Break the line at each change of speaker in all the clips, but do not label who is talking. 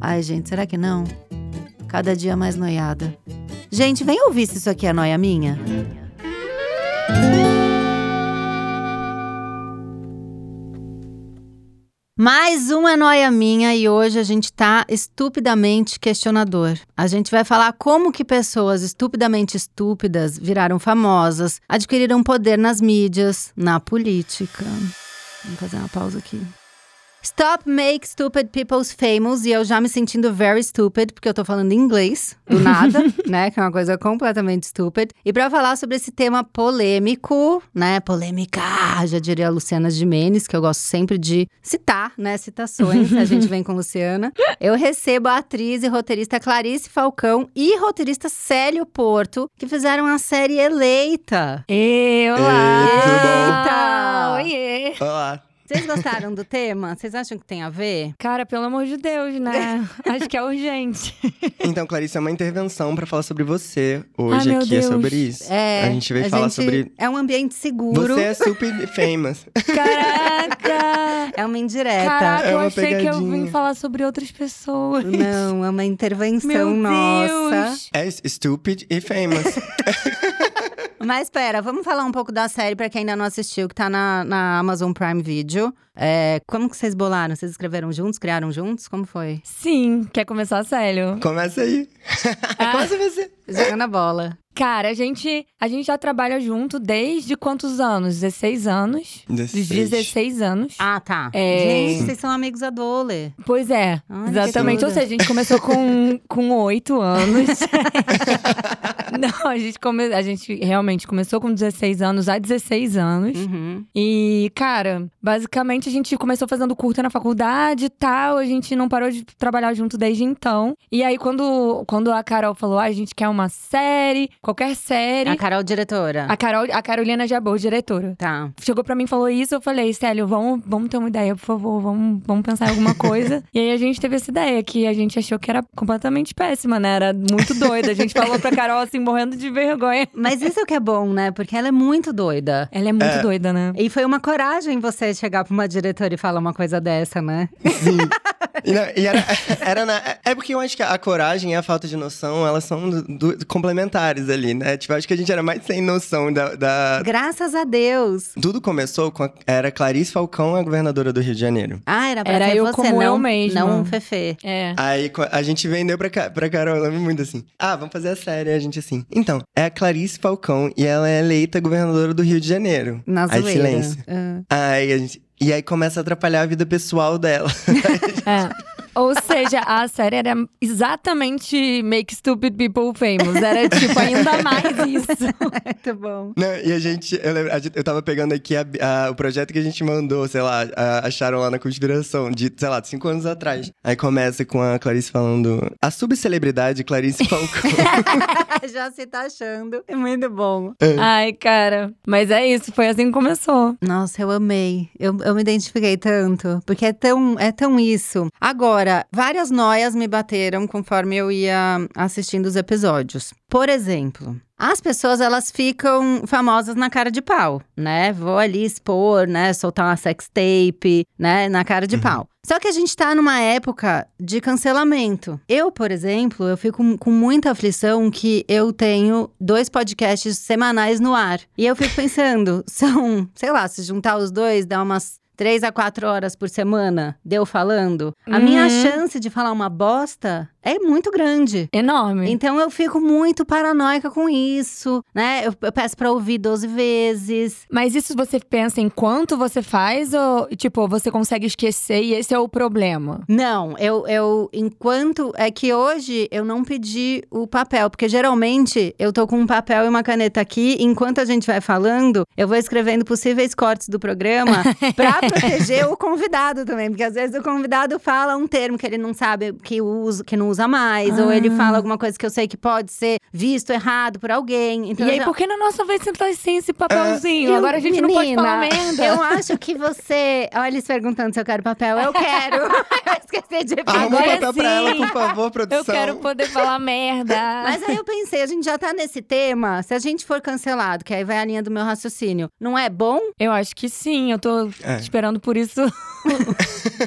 Ai, gente, será que não? Cada dia mais noiada. Gente, vem ouvir se isso aqui é noia minha. Mais um é noia minha e hoje a gente tá estupidamente questionador. A gente vai falar como que pessoas estupidamente estúpidas viraram famosas, adquiriram poder nas mídias, na política. Vamos fazer uma pausa aqui. Stop Make Stupid People's Famous. E eu já me sentindo very stupid, porque eu tô falando em inglês, do nada, né? Que é uma coisa completamente stupid. E pra falar sobre esse tema polêmico, né? Polêmica, já diria a Luciana Jimenez, que eu gosto sempre de citar, né? Citações, a gente vem com Luciana. Eu recebo a atriz e roteirista Clarice Falcão e roteirista Célio Porto, que fizeram a série Eleita.
E,
Eita!
olá!
Oiê!
Olá.
Vocês gostaram do tema? Vocês acham que tem a ver?
Cara, pelo amor de Deus, né? Acho que é urgente.
Então, Clarice, é uma intervenção pra falar sobre você
Ai,
hoje
meu
aqui. É
Deus.
sobre isso. a gente veio falar
É, gente-
sobre.
É um ambiente seguro.
Você é super famous.
Caraca!
É uma indireta.
Caraca,
É
eu
uma
achei que eu vim
pegadinha.
falar sobre outras pessoas.
Não, é uma intervenção
Meu
nossa.
Deus!
é stupid e famous.
Mas pera, vamos falar um pouco da série pra quem ainda não assistiu, que tá na, na Amazon Prime Video. É, como que vocês bolaram? Vocês escreveram juntos? Criaram juntos? Como foi?
Sim, quer começar, Célio?
Começa aí. É,
Ah.
Começa você.
Jogando a bola.
Cara, a gente, a gente já trabalha junto desde quantos anos? 16 anos? Dos
16.
16 anos.
Ah, tá.
É.
Gente, vocês são amigos da Dole.
Pois é,
Ai, que
exatamente. Ou
tudo.
seja, a gente começou com com oito anos. Não, a gente, come... a gente realmente começou com 16 anos, há 16 anos.
Uhum.
E, cara, basicamente a gente começou fazendo curta na faculdade e tal, a gente não parou de trabalhar junto desde então. E aí, quando, quando a Carol falou, ah, a gente quer uma série, qualquer série.
A Carol, diretora.
A, Carol, a Carolina Jabor, diretora.
Tá.
Chegou pra mim e falou isso, eu falei, Célio, vamos, vamos ter uma ideia, por favor, vamos, vamos pensar em alguma coisa. e aí a gente teve essa ideia que a gente achou que era completamente péssima, né? Era muito doida. A gente falou pra Carol assim, morrendo de vergonha.
Mas isso é o que é bom, né? Porque ela é muito doida.
Ela é muito doida, né?
E foi uma coragem você chegar pra uma diretora e falar uma coisa dessa, né?
E não, e era, era na- é porque eu acho que a coragem e a falta de noção, elas são du- du- complementares ali, né? Tipo, acho que a gente era mais sem noção da- da...
Graças a Deus.
Tudo começou com a, era Clarice Falcão, a governadora do Rio de Janeiro.
Ah, era pra
Era
ser
eu
você,
como
não,
eu mesma.
não Fefe.
É.
Aí co- a gente vendeu pra, Ca- pra Carol, eu lembro muito assim. Ah, vamos fazer a série, a gente assim. Então, é a Clarice Falcão e ela é eleita governadora do Rio de Janeiro.
Na
Aí
zoeira.
silêncio.
Ah.
Aí a gente. E aí começa a atrapalhar a vida pessoal dela.
É. Ou seja, a série era exatamente Make Stupid People Famous. Era tipo ainda mais isso.
Muito bom.
Não, e a gente, eu lembro, a gente- eu tava pegando aqui a- a- o projeto que a gente mandou, sei lá, a- acharam lá na conspiração, de, sei lá, cinco anos atrás. Aí começa com a Clarice falando. A subcelebridade Clarice Falcão.
Já se tá achando. É muito bom.
Ai, cara. Mas é isso, foi assim que começou.
Nossa, eu amei. Eu, eu me identifiquei tanto. Porque é tão, é tão isso. Agora, várias noias me bateram conforme eu ia assistindo os episódios. Por exemplo, as pessoas elas ficam famosas na cara de pau, né? Vou ali expor, né? Soltar uma sex tape, né? Na cara
Uhum.
de pau. Só que a gente tá numa época de cancelamento. Eu, por exemplo, eu fico com muita aflição que eu tenho dois podcasts semanais no ar. E eu fico pensando, são, sei lá, se juntar os dois, dá umas três a quatro horas por semana, deu falando. A minha
Uhum.
chance de falar uma bosta é muito grande.
Enorme.
Então eu fico muito paranoica com isso, né? Eu, eu peço pra ouvir 12 vezes.
Mas isso você pensa em quanto você faz ou, tipo, você consegue esquecer e esse é o problema?
Não, eu, eu enquanto é que hoje eu não pedi o papel, porque geralmente eu tô com um papel e uma caneta aqui, enquanto a gente vai falando, eu vou escrevendo possíveis cortes do programa pra proteger o convidado também, porque às vezes o convidado fala um termo que ele não sabe que usa, que não usa mais, ou ele
Ah.
fala alguma coisa que eu sei que pode ser visto errado por alguém. Então
e
eu
aí,
já-
por que na nossa vez você traz sem esse papelzinho?
Eu-
Agora a gente não pode
menina,
falar merda.
Eu acho que você. Olha, eles perguntando se eu quero papel. Eu quero! eu esqueci de pedir.
Arruma um
Agora
papel pra
sim.
ela, por favor, produção.
Eu quero poder falar merda.
Mas aí eu pensei, a gente já tá nesse tema. Se a gente for cancelado, que aí vai a linha do meu raciocínio, não é bom?
Eu acho que sim, eu tô
É.
esperando por isso.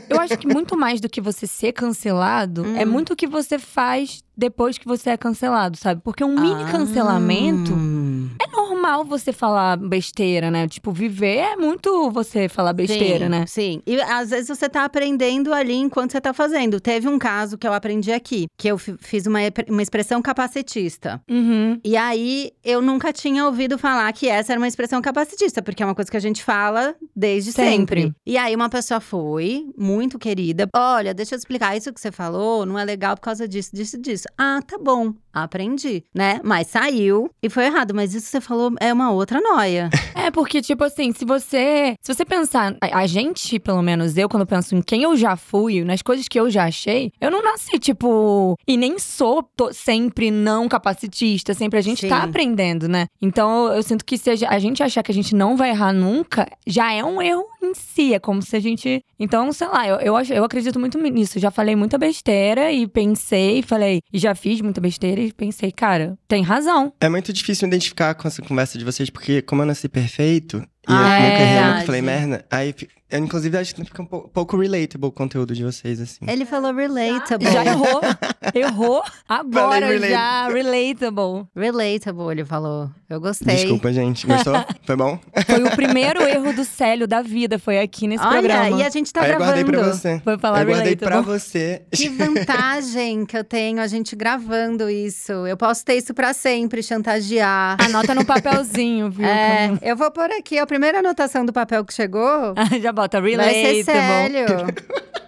eu acho que muito mais do que você ser cancelado, é muito o que você faz depois que você é cancelado, sabe? Porque um mini cancelamento
Hum.
é normal você falar besteira, né? Tipo, viver é muito você falar besteira,
sim,
né?
Sim. E às vezes você tá aprendendo ali enquanto você tá fazendo. Teve um caso que eu aprendi aqui, que eu fi- fiz uma, ep- uma expressão capacitista.
Uhum.
E aí eu nunca tinha ouvido falar que essa era uma expressão capacitista, porque é uma coisa que a gente fala desde sempre.
Sempre.
E aí uma pessoa foi, muito querida, olha, deixa eu explicar isso que você falou, não é legal por causa disso, disso, disso. Ah, tá bom, aprendi, né? Mas saiu e foi errado, mas isso que você falou é uma outra noia.
É, porque, tipo assim, se você. Se você pensar. A, a gente, pelo menos eu, quando eu penso em quem eu já fui, nas coisas que eu já achei, eu não nasci, tipo. E nem sou to- sempre não capacitista. Sempre a gente
Sim.
tá aprendendo, né? Então eu, eu sinto que seja a gente achar que a gente não vai errar nunca, já é um erro em si. É como se a gente. Então, sei lá, eu, eu, acho- eu acredito muito nisso. Eu já falei muita besteira e pensei, falei, e já fiz muita besteira e pensei, cara, tem razão.
É muito difícil me identificar com essa conversa de vocês, porque como eu nasci perfeito, e eu
Ah, é
nunca errei, nunca
verdade.
falei merda, aí fi- eu, inclusive acho que fica um pouco, pouco relatable o conteúdo de vocês, assim.
Ele falou relatable.
Já errou. errou. Agora
Falei relate-
já. Relatable.
Relatable, ele falou. Eu gostei.
Desculpa, gente. Gostou? Foi bom?
Foi o primeiro erro do Célio da vida. Foi aqui nesse
Olha,
programa.
e a gente tá
aí eu guardei
gravando. Tá
pra você.
Foi falar
eu guardei pra
relatable.
você.
Que vantagem que eu tenho a gente gravando isso. Eu posso ter isso pra sempre, chantagear.
Anota no papelzinho, viu?
É,
Camila?
eu vou pôr aqui a primeira anotação do papel que chegou.
Já bota
Vai ser
relatable.
sério.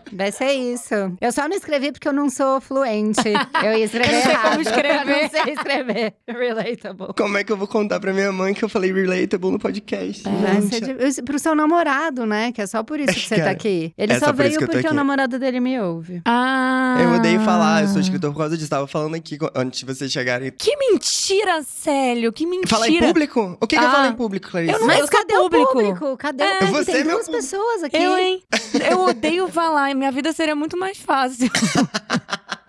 Vai ser isso. Eu só não escrevi porque eu não sou fluente. Eu ia escrever
Eu não sei como
errado.
escrever.
Eu não sei escrever. Relatable.
Como é que eu vou contar pra minha mãe que eu falei relatable no podcast?
Vai
gente?
ser de- É, isso Pro seu namorado, né? Que é só por isso que você tá
Cara,
aqui. Ele
é
só
só por isso
veio
que eu tô
porque o
aqui.
namorado dele me ouve.
Ah.
Eu odeio falar, eu sou escritor por causa disso. Tava falando aqui co- antes de vocês chegarem.
Que mentira, Célio. Que mentira.
Falar em público? O que, que eu
Ah.
falo em público, Clarice?
Eu não-
Mas
eu sou
cadê o
público.
público? Cadê o
É.
público?
Você é
Tem
meu
duas
público.
pessoas aqui.
Eu, hein? Eu odeio falar. Minha vida seria muito mais fácil.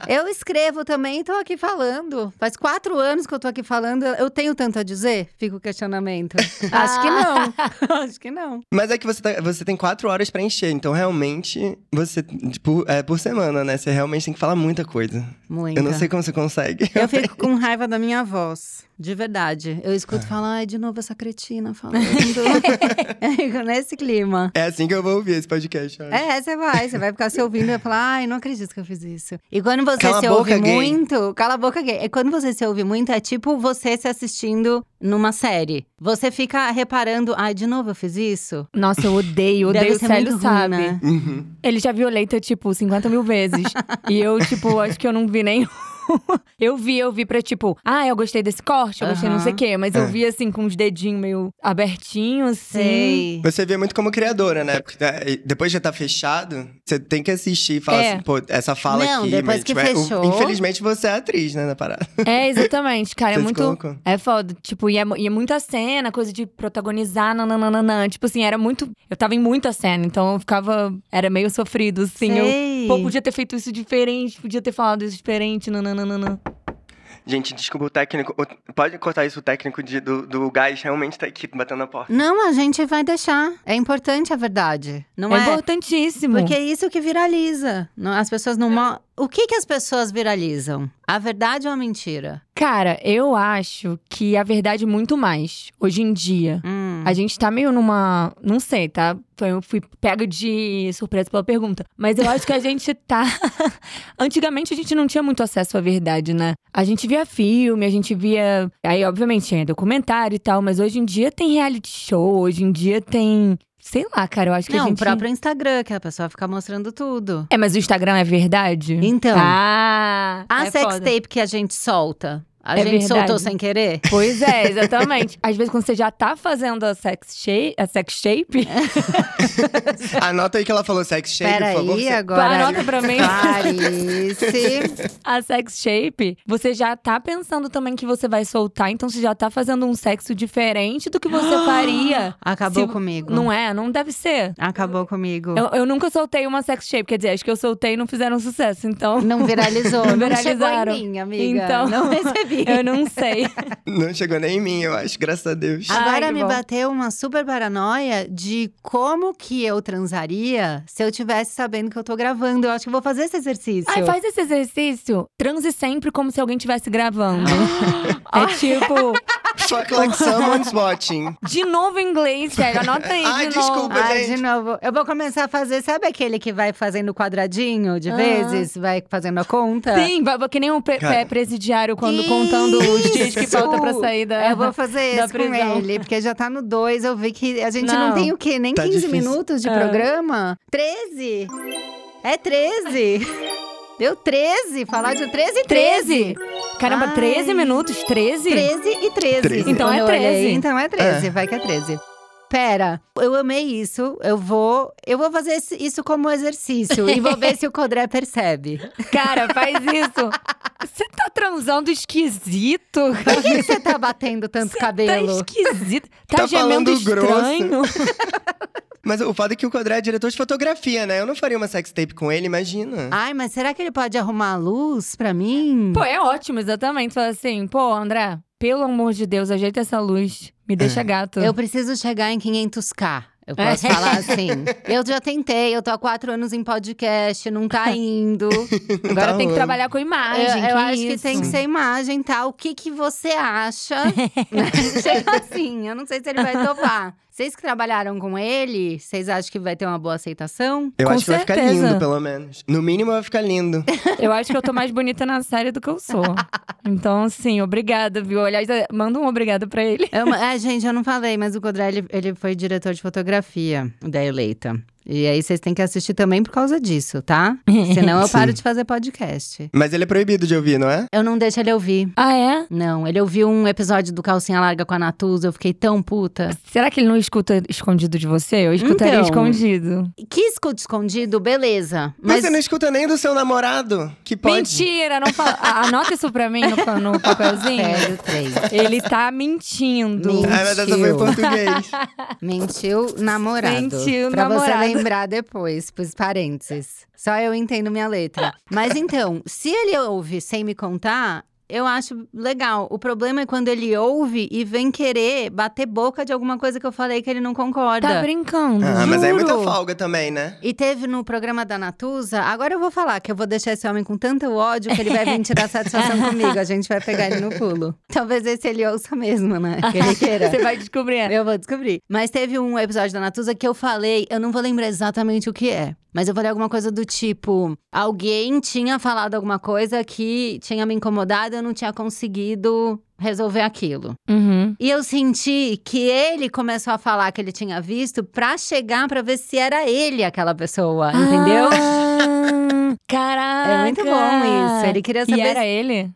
Eu escrevo também e tô aqui falando. Faz quatro anos que eu tô aqui falando. Eu tenho tanto a dizer? Fica o questionamento. Acho que não. Acho que não.
Mas é que você, tá- você tem quatro horas pra encher, então realmente você. Tipo, é por semana, né? Você realmente tem que falar muita coisa.
Muito.
Eu não sei como você consegue.
Eu fico com raiva da minha voz, de verdade. Eu escuto
Ah.
falar, ai, de novo essa cretina falando. Eu fico nesse clima.
É assim que eu vou ouvir esse podcast. olha.
É, você vai, você vai ficar se ouvindo e vai falar, ai, não acredito que eu fiz isso. E quando você
Cala a
se
boca,
ouve
gay.
muito, cala a boca gay. E quando você se ouve muito, é tipo você se assistindo numa série. Você fica reparando, ai, de novo eu fiz isso?
Nossa, eu odeio,
Deve
odeio o
ser
Célio,
muito ruim,
sabe?
né?
Uhum.
Ele já violenta, tipo, 50 mil vezes. e eu, tipo, acho que eu não vi nem. eu vi, eu vi pra, tipo, ah, eu gostei desse corte, eu gostei não sei o quê. Mas eu
É.
vi, assim, com os dedinhos meio abertinhos, assim.
Sei.
Você vê muito como criadora, né? Porque né, depois já tá fechado, você tem que assistir e falar
É.
assim, pô, essa fala
Não,
aqui.
depois
mas,
que
tipo, é- o-
fechou.
infelizmente você é atriz, né, na parada.
É, exatamente, cara. é
Você se
muito.
colocou.
É foda. Tipo, e é, mu- e é muita cena, coisa de protagonizar, nananana. Tipo assim, era muito. Eu tava em muita cena, então eu ficava. Era meio sofrido, assim. Eu,
Sei.
pô, podia ter feito isso diferente, podia ter falado isso diferente, nananana.
Gente, desculpa o técnico. o- Pode cortar isso, o técnico de- do, do gás realmente tá aqui batendo na porta.
Não, a gente vai deixar. É importante a verdade. Não
É
é?
importantíssimo.
Porque é isso que viraliza. Não- As pessoas não. mo- O que, que as pessoas viralizam? A verdade ou a mentira?
Cara, eu acho que a verdade é muito mais hoje em dia.
Hum.
A gente tá meio numa. Não sei, tá? Foi- Eu fui pega de surpresa pela pergunta. Mas eu acho que a gente tá. Antigamente a gente não tinha muito acesso à verdade, né? A gente via filme, a gente via. Aí, obviamente, tinha documentário e tal, mas hoje em dia tem reality show, hoje em dia tem. Sei lá, cara, eu acho que
não,
a gente.
o próprio Instagram, que a pessoa fica mostrando tudo.
É, mas o Instagram é verdade?
Então.
Ah!
A
é
sex
foda.
tape que a gente solta. A
É
gente soltou
verdade.
sem querer?
Pois é, exatamente. Às vezes, quando você já tá fazendo a sex shape, a sex shape
Anota aí que ela falou sex shape, por favor.
Peraí,
Você-
agora.
anota pra mim.
Clarice.
a sex shape, você já tá pensando também que você vai soltar, então você já tá fazendo um sexo diferente do que você faria.
Acabou
se-
comigo.
Não é? Não deve ser.
Acabou comigo.
Eu, eu nunca soltei uma sex shape, quer dizer, acho que eu soltei e não fizeram sucesso, então.
Não viralizou, não,
Não
chegou
viralizaram.
em mim, amiga.
Então,
não recebi.
Eu não sei.
Não chegou nem em mim, eu acho, graças a Deus.
Ai,
Agora
que
me
bom.
bateu uma super paranoia de como que eu transaria se eu tivesse sabendo que eu tô gravando. Eu acho que eu vou fazer esse exercício.
Ai, faz esse exercício. Transe sempre como se alguém estivesse gravando. é tipo,
Fuck like someone's watching.
de novo em inglês, velho. Anota aí.
Ai,
de
desculpa.
Novo.
Ai,
gente.
de novo. Eu vou começar a fazer, sabe aquele que vai fazendo quadradinho de
Ah.
vezes? Vai fazendo a conta?
Sim, vai- vai que nem um pe-
É. Cara.
pé presidiário quando contando os dias que
Isso!
falta pra sair da.
Eu vou fazer
da
esse com
é. prisão.
ele, porque já tá no 2. Eu vi que a gente não,
Não.
tem o quê? Nem
Tá
15
difícil.
minutos de
É.
programa? 13? É 13? Deu 13? Falar de 13 e 13.
13! Caramba,
Ai.
13 minutos? 13?
13 e 13.
Treze.
Então
Quando
é
eu olhei,
13.
Então é 13, vai que é 13. Pera, eu amei isso. Eu vou, eu vou fazer esse- isso como exercício e vou ver se o Codré percebe.
Cara, faz isso. Você tá transando esquisito.
Por que que você tá batendo tanto
Tá
cabelo?
esquisito. Tá,
Tá
gemendo
falando
estranho.
grosso. Mas o fato é que o Codré é diretor de fotografia, né? Eu não faria uma sex tape com ele, imagina.
Ai, mas será que ele pode arrumar a luz pra mim?
Pô, é ótimo, exatamente. Fala assim, pô, André, pelo amor de Deus, ajeita essa luz. Me
É.
deixa gato.
Eu preciso chegar em 500k. Eu posso
É.
falar assim. Eu já tentei, eu tô há quatro anos em podcast, não tá indo.
Agora tem
Tá
que
rolando.
trabalhar com
Eu,
imagem.
eu
É, que
acho que
isso.
tem que ser imagem, tá? O que que você acha? Chega assim, eu não sei se ele vai topar. Vocês que trabalharam com ele, vocês acham que vai ter uma boa aceitação?
Eu
com
acho que vai ficar
certeza.
lindo, pelo menos. No mínimo, vai ficar lindo.
Eu acho que eu tô mais bonita na série do que eu sou. Então, assim, obrigada, viu? Aliás, eh, manda um obrigado pra ele.
Eu, é, gente, eu não falei, mas o Codré, ele, ele foi diretor de fotografia da Eleita. E aí vocês têm que assistir também por causa disso, tá? Senão eu
Sim.
paro de fazer podcast.
Mas ele é proibido de ouvir, não é?
Eu não deixo ele ouvir.
Ah, é?
Não, ele ouviu um episódio do Calcinha Larga com a Natuza, eu fiquei tão puta.
Será que ele não escuta escondido de você? Eu escutaria
Então.
escondido.
Que escudo escondido, beleza. Mas
Você não escuta nem do seu namorado, que pode.
Mentira! Não fala. A- Anota isso pra mim no, no papelzinho.
Sério, três.
Ele tá mentindo.
Mentira.
Ai, Ah, mas essa foi em português.
Mentiu namorado.
Mentiu
pra
namorado.
você lembrar depois, pros parênteses. Só eu entendo minha letra. Mas então, se ele ouve sem me contar, eu acho legal. O problema é quando ele ouve e vem querer bater boca de alguma coisa que eu falei que ele não concorda.
Tá brincando.
Ah, mas aí é muita
Juro.
folga também, né?
E teve no programa da Natuza, agora eu vou falar que eu vou deixar esse homem com tanto ódio que ele vai vir tirar satisfação comigo. A gente vai pegar ele no pulo. Talvez esse ele ouça mesmo, né? Que ele queira.
Você vai descobrir. é.
Eu vou descobrir. Mas teve um episódio da Natuza que eu falei, eu não vou lembrar exatamente o que é. Mas eu falei alguma coisa do tipo: alguém tinha falado alguma coisa que tinha me incomodado, eu não tinha conseguido resolver aquilo.
Uhum.
E eu senti que ele começou a falar que ele tinha visto pra chegar pra ver se era ele aquela pessoa, entendeu?
Ah, Caraca!
É muito bom isso. Ele queria saber
E era
se-
ele?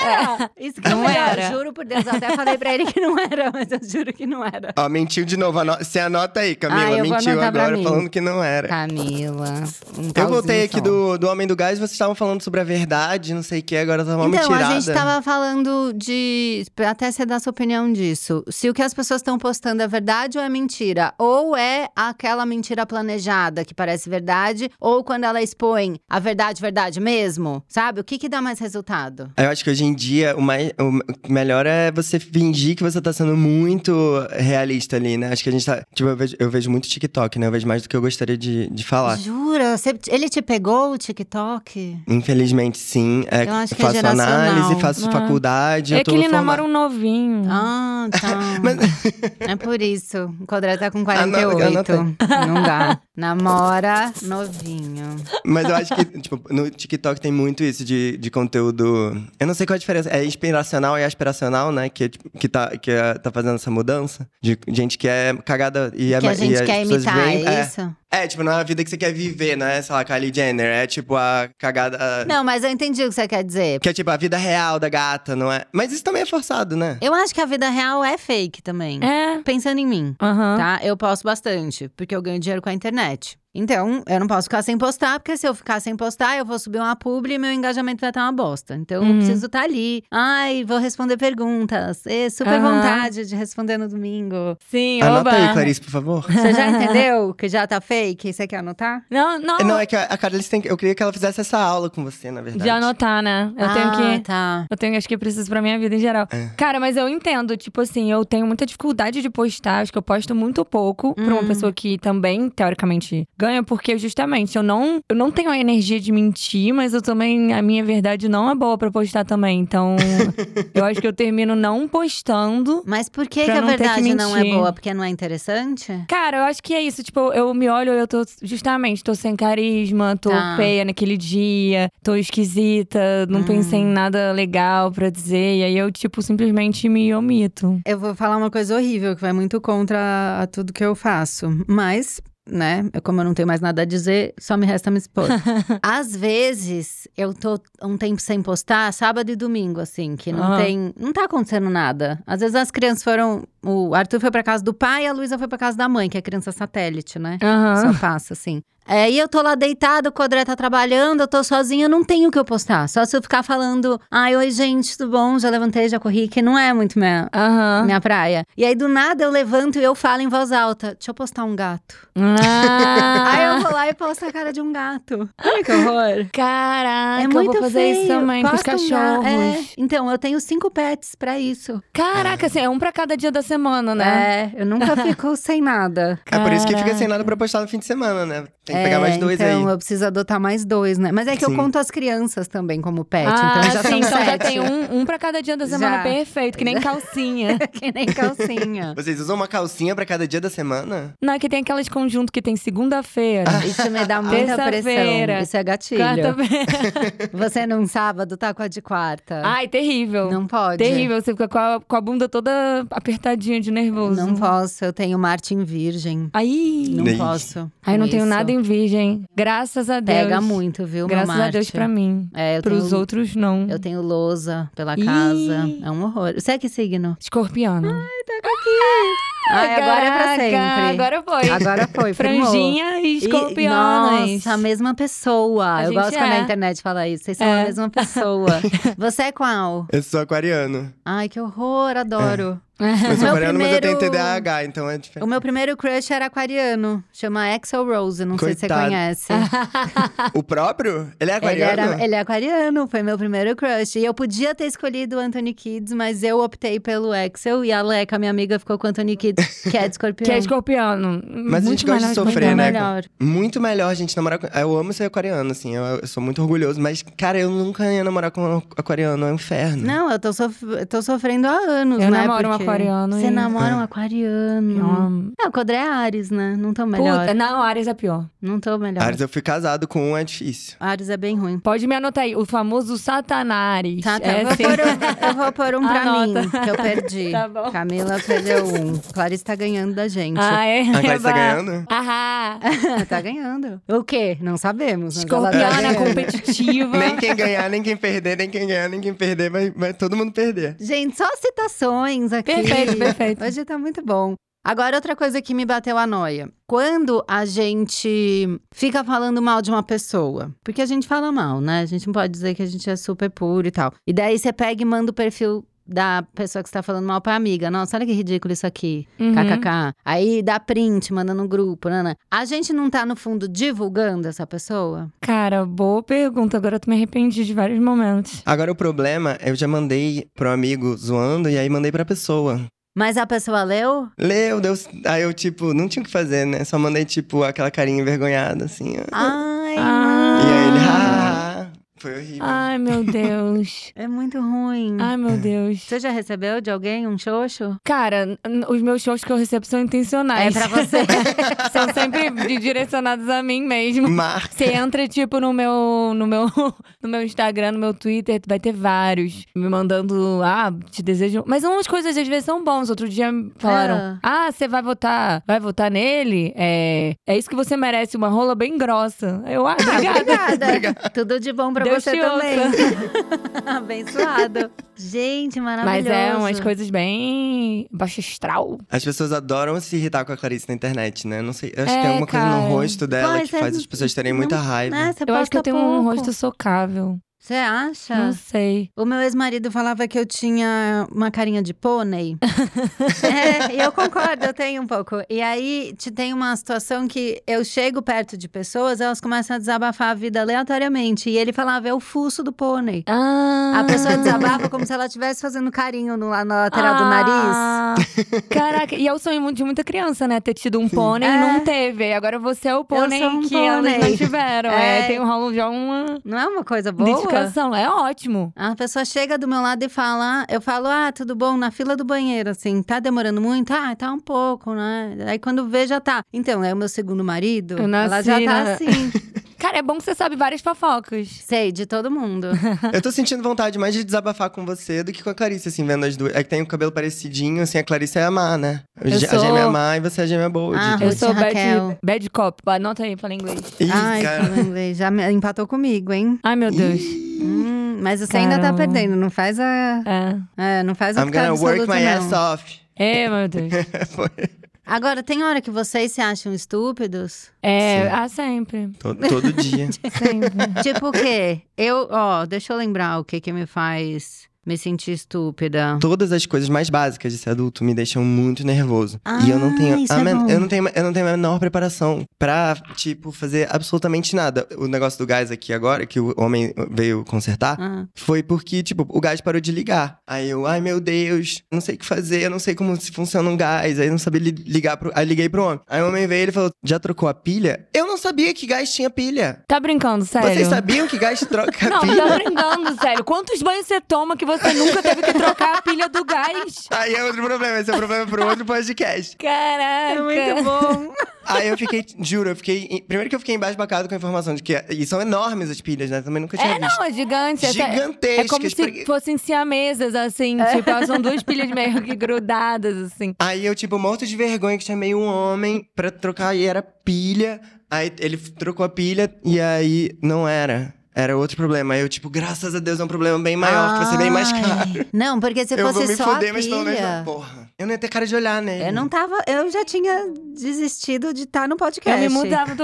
Era! Isso que
Não
não era.
era.
Juro por Deus, eu até falei pra ele que não era, mas eu juro que não era.
Ó, mentiu de novo. Ano... Você anota aí,
Ah,
Camila.
eu vou
mentiu
anotar pra
agora
mim.
falando que não era.
Camila. Um
Eu voltei
pauzinho
aqui
só.
do, do Homem do Gás, vocês estavam falando sobre a verdade, não sei o que, agora tá uma
Então,
mentirada.
a gente tava falando de. Até você dar sua opinião disso. Se o que as pessoas estão postando é verdade ou é mentira. Ou é aquela mentira planejada que parece verdade, ou quando ela expõe a verdade, verdade mesmo. Sabe? O que, que dá mais resultado?
Eu acho que hoje em dia o, mais, o melhor é você fingir que você tá sendo muito realista ali, né? Acho que a gente tá. Tipo, eu vejo, eu vejo muito TikTok, né? Eu vejo mais do que eu gostaria de, de falar.
Jura? Você- ele te pegou o TikTok?
Infelizmente, sim. É,
Uhum. Eu acho que é
faço
geracional. Uhum.
análise, faço
Ah.
faculdade.
é
eu tô
que ele
formado.
namora um novinho.
Ah, tá.
Mas-
É por isso. O Codré tá com
Anota-
48. Não dá. Namora novinho.
Mas eu acho que Tipo, no TikTok tem muito isso de, de conteúdo. Eu não sei qual a diferença. É inspiracional e aspiracional, né? Que, tipo, que, tá, que é- tá fazendo essa mudança. De gente que é cagada e é
que a
ma- e
gente
as
quer
pessoas
imitar,
veem-
é isso?
É, tipo, não é a vida que você quer viver, não é, sei lá, Kylie Jenner. É tipo a cagada. a-
Não, mas eu entendi o que você quer dizer.
Que é tipo a vida real da gata, não é? Mas isso também é forçado, né?
Eu acho que a vida real é fake também.
É.
Pensando em mim.
Aham.
Tá? Eu posto bastante, porque eu ganho dinheiro com a internet. Então, eu não posso ficar sem postar, porque se eu ficar sem postar, eu vou subir uma publi e meu engajamento vai estar uma bosta. Então, eu
Uhum.
preciso estar ali. Ai, vou responder perguntas. E super
Aham.
vontade de responder no domingo.
Sim,
Anota
oba.
aí, Clarice, por favor.
Você já entendeu que já tá fake? Você quer anotar?
Não, não.
Não, é que a Clarice tem que. Eu queria que ela fizesse essa aula com você, na verdade.
De anotar, né? Eu tenho
ah,
que.
tá.
Eu tenho, acho que eu preciso pra minha vida em geral.
É.
Cara, mas eu entendo, tipo assim, eu tenho muita dificuldade de postar, acho que eu posto muito pouco pra uma
Hum.
pessoa que também, teoricamente, ganha, porque justamente eu não, eu não tenho a energia de mentir, mas eu também, a minha verdade não é boa pra postar também. Então, eu acho que eu termino não postando.
Mas por que,
Pra
que a
não ter que
verdade não é
mentir.
boa? Porque não é interessante?
Cara, eu acho que é isso. Tipo, eu me olho e eu tô, justamente, tô sem carisma, tô
Tá. Uhum.
feia naquele dia, tô esquisita, não pensei em nada legal pra dizer. E aí eu, tipo, simplesmente me omito.
Eu vou falar uma coisa horrível que vai muito contra a tudo que eu faço. Mas, né, eu- como eu não tenho mais nada a dizer, só me resta me expor. Às vezes, eu tô um tempo sem postar, sábado e domingo, assim, que não
Aham.
tem. Não tá acontecendo nada. Às vezes as crianças foram. O Arthur foi pra casa do pai e a Luísa foi pra casa da mãe, que é criança satélite, né?
Aham.
Só passa, assim. É, e eu tô lá deitada, o Codré tá trabalhando, eu tô sozinha, eu não tenho o que eu postar. Só se eu ficar falando, ai, oi, gente, tudo bom? Já levantei, já corri, que não é muito minha,
Aham.
minha praia. E aí, do nada, eu levanto e eu falo em voz alta: Deixa eu postar um gato. Aí eu
Ah,
vou lá e posto a cara de um gato. Olha que horror.
caraca,
É
Ah, eu
muito
vou fazer
feio.
isso também com os
Posta um
cachorros.
gato. É. Então, eu tenho cinco pets pra isso.
Caraca, assim, é um pra cada dia da semana, né?
É, eu nunca fico sem nada.
É por isso que fica sem nada pra postar no fim de semana, né? Tem que pegar
É,
mais dois
então,
aí.
eu preciso adotar mais dois, né? Mas é que eu
Sim.
conto as crianças também como pet.
Ah,
então já
sim,
são
então já
sete.
tem um, um pra cada dia da semana,
Já.
perfeito, que nem calcinha.
que nem calcinha.
Vocês usam uma calcinha pra cada dia da semana?
Não, é que tem aquelas conjunto que tem segunda-feira.
Isso me dá muita pressão.
Terça-feira.
Isso é gatilho.
Quarta-feira.
Você num sábado tá com a de quarta.
Ai, terrível.
não pode.
Ah, terrível. Você fica com a, com a bunda toda apertadinha de nervoso.
Não posso, eu tenho Marte em virgem.
Aí.
Não
Nem.
posso.
Aí não tenho
Isso.
nada em virgem. Graças a Deus.
Pega muito, viu, meu
Graças
Marte.
a Deus pra mim.
É, eu
Pros
tenho,
outros, não.
Eu tenho lousa pela casa.
Ih.
É um horror. Você é que signo?
Escorpiano.
Ai, agora é pra
Caraca,
sempre.
Agora foi.
Agora é foi, firmou.
Franjinha e
E-
escorpianas.
Nossa, a mesma pessoa.
A
eu
gente
gosto quando a
é.
internet fala isso. Vocês são a
É.
mesma pessoa. Você é qual?
Eu sou aquariano.
Ai, que horror, adoro.
Eu
O
sou
meu
aquariano, mas eu tenho
primeiro-
TDAH, então é
O
diferente.
meu primeiro crush era aquariano. Chama Axel Rose, não sei se você
Coitado.
conhece.
Ah,
O próprio? Ele é
Ele,
aquariano?
era, ele é aquariano, foi meu primeiro crush. E eu podia ter escolhido o Anthony Kids, mas eu optei pelo Axel. E a Leca, minha amiga, ficou com o Anthony Kids, que é de escorpião.
Que é escorpiano.
Mas a
Muito
gente gosta
melhor
de
escorpião.
sofrer, né?
melhor.
Muito melhor, gente, namorar com... Eu amo ser aquariano, assim, eu, eu sou muito orgulhoso. Mas, cara, eu nunca ia namorar com um aquariano, é um inferno.
Não, eu tô, sof- eu tô sofrendo há anos,
Eu
né?
namoro um
porque-
aquariano
Você
e- É.
namora um aquariano.
Não.
É, o Codré é Ares, né? Não tô melhor.
Puta, não, Ares é pior.
Não tô melhor.
Ares, eu fui casado com um, é difícil.
Ares é bem ruim.
Pode me anotar aí, o famoso Satanares.
Tá, tá.
É,
eu, vou
sim.
pôr um, eu vou pôr um pra
Anota.
mim, que eu perdi.
Tá bom.
Camila perdeu um. Clarice tá ganhando da gente.
Ah, é?
A Clarice tá
Eba.
ganhando?
Aham.
tá ganhando. O quê? Não sabemos. mas ela tá
Escorpiana
ganhando.
né? competitiva.
Nem quem ganhar, nem quem perder, nem quem ganhar, nem quem perder, vai, vai todo mundo perder.
Gente, só citações aqui.
Perfeito, perfeito.
Hoje tá muito bom. Agora, outra coisa que me bateu a noia. Quando a gente fica falando mal de uma pessoa, porque a gente fala mal, né? A gente não pode dizer que a gente é super puro e tal. E daí você pega e manda o perfil da pessoa que você tá falando mal pra amiga. Nossa, olha que ridículo isso aqui.
Uhum.
KKK. Aí dá print, manda no grupo. Nana. A gente não tá, no fundo, divulgando essa pessoa?
Cara, boa pergunta. Agora eu me arrependi de vários momentos.
Agora, o problema, eu já mandei pro amigo zoando e aí mandei pra pessoa.
Mas a pessoa leu?
Leu, deu. Aí eu, tipo, não tinha o que fazer, né? Só mandei, tipo, aquela carinha envergonhada, assim. ó.
Ai,
Ah.
E aí ele,
mano.
ah, foi horrível.
Ai, meu Deus.
É muito ruim.
Ai, meu Deus.
Você já recebeu de alguém um xoxo?
Cara, n- os meus shows que eu recebo são intencionais.
É pra você.
são sempre de direcionados a mim mesmo.
Mar...
Você entra, tipo, no meu, no, meu, no meu Instagram, no meu Twitter, vai ter vários me mandando, ah, te desejo. Mas umas coisas às vezes são bons. Outro dia me falaram, ah, você vai votar, vai votar nele? É, é isso que você merece, uma rola bem grossa. Aí Eu, ah, obrigada.
Obrigada. Tudo de bom pra
Deus
você
te
também. Abençoado. Gente, maravilhoso.
Mas é umas coisas bem baixo astral.
As pessoas adoram se irritar com a Clarice na internet, né? Não sei. Eu acho
É,
que tem alguma coisa
cara.
no rosto dela
Pois,
que
é,
faz as pessoas terem
não-
muita raiva.
Né, você
Eu acho que
posta
eu tenho um
pouco. Tá.
rosto socável.
Você acha?
Não sei.
O meu ex-marido falava que eu tinha uma carinha de pônei. é, e eu concordo, eu tenho um pouco. E aí te- tem uma situação que eu chego perto de pessoas, elas começam a desabafar a vida aleatoriamente. E ele falava, é o fuço do pônei.
Ah,
A pessoa desabafa como se ela estivesse fazendo carinho no, lá na lateral
Ah.
do nariz.
nariz. Caraca, e é o sonho de muita criança, né? Ter tido um pônei
É.
e não teve. Agora você é o pônei
sou um
que
pônei.
elas não tiveram. É,
É.
tem um rolo já uma
Não é uma coisa boa?
identificação. É ótimo.
A pessoa chega do meu lado e fala, eu falo, ah, tudo bom, na fila do banheiro, assim, tá demorando muito? Ah, tá um pouco, né? Aí quando vê, já tá. Então, é o meu segundo marido,
Eu
ela
nasci
já tá
na-
assim.
Cara, é bom que você sabe várias fofocas.
Sei, de todo mundo.
Eu tô sentindo vontade mais de desabafar com você do que com a Clarice, assim, vendo as duas. É que tem o cabelo parecidinho, assim, a Clarice é a má, né? Eu
Eu
A
sou-
gêmea é má e você é a gêmea boa.
Ah,
Didi.
Eu
Ruth
sou bad,
Raquel.
bad cop. Anota aí, fala em inglês.
Ih,
Ai,
cara.
falando inglês, já me- empatou comigo, hein?
Ai, meu Deus.
Hum, mas você ainda tá
Caramba.
perdendo, não faz a...
É.
É, não faz a
I'm
vitória
gonna work
absoluta,
my
não.
ass off.
É, meu Deus.
Agora, tem hora que vocês se acham estúpidos?
É,
Sim.
ah, sempre.
To- todo dia.
Sempre.
tipo o quê? Eu, ó, deixa eu lembrar o que que me faz me sentir estúpida.
Todas as coisas mais básicas de ser adulto me deixam muito nervoso.
Ah,
e eu não tenho,
isso
a
é
men-
bom.
eu não tenho, eu não tenho a menor preparação pra, tipo, fazer absolutamente nada. O negócio do gás aqui agora, que o homem veio consertar,
Ah.
foi porque, tipo, o gás parou de ligar. Aí eu, ai meu Deus, não sei o que fazer, eu não sei como se funciona um gás. Aí eu não sabia li- ligar pro. Aí liguei pro homem. Aí o homem veio e ele falou: já trocou a pilha? Eu não sabia que gás tinha pilha.
Tá brincando, sério?
Vocês sabiam que gás troca
Não,
pilha?
tá brincando, sério. Quantos banhos você toma que você nunca teve que trocar a pilha do gás?
Aí é outro problema, esse é o problema pro outro podcast.
É
Caraca.
bom.
Aí eu fiquei, juro, eu fiquei. Primeiro que eu fiquei embasbacado com a informação de que. E são enormes as pilhas, né? Também nunca tinha
É,
visto.
não, é gigante. é até-
Gigantescas.
É como
porque-
se fossem siamesas, assim.
É.
Tipo, elas são duas pilhas meio que grudadas, assim.
Aí eu, tipo, morto de vergonha que chamei um homem pra trocar e era pilha. Aí ele trocou a pilha e aí não era. Era outro problema. Aí eu, tipo, graças a Deus é um problema bem maior, que vai ser bem mais caro.
Ai, Não, porque se
eu
fosse
vou me
só
fuder,
a
mas pelo menos.
pilha,
Porra. Eu não ia ter cara de olhar nele.
eu não tava, eu já tinha desistido de estar no podcast.
Eu me mudava do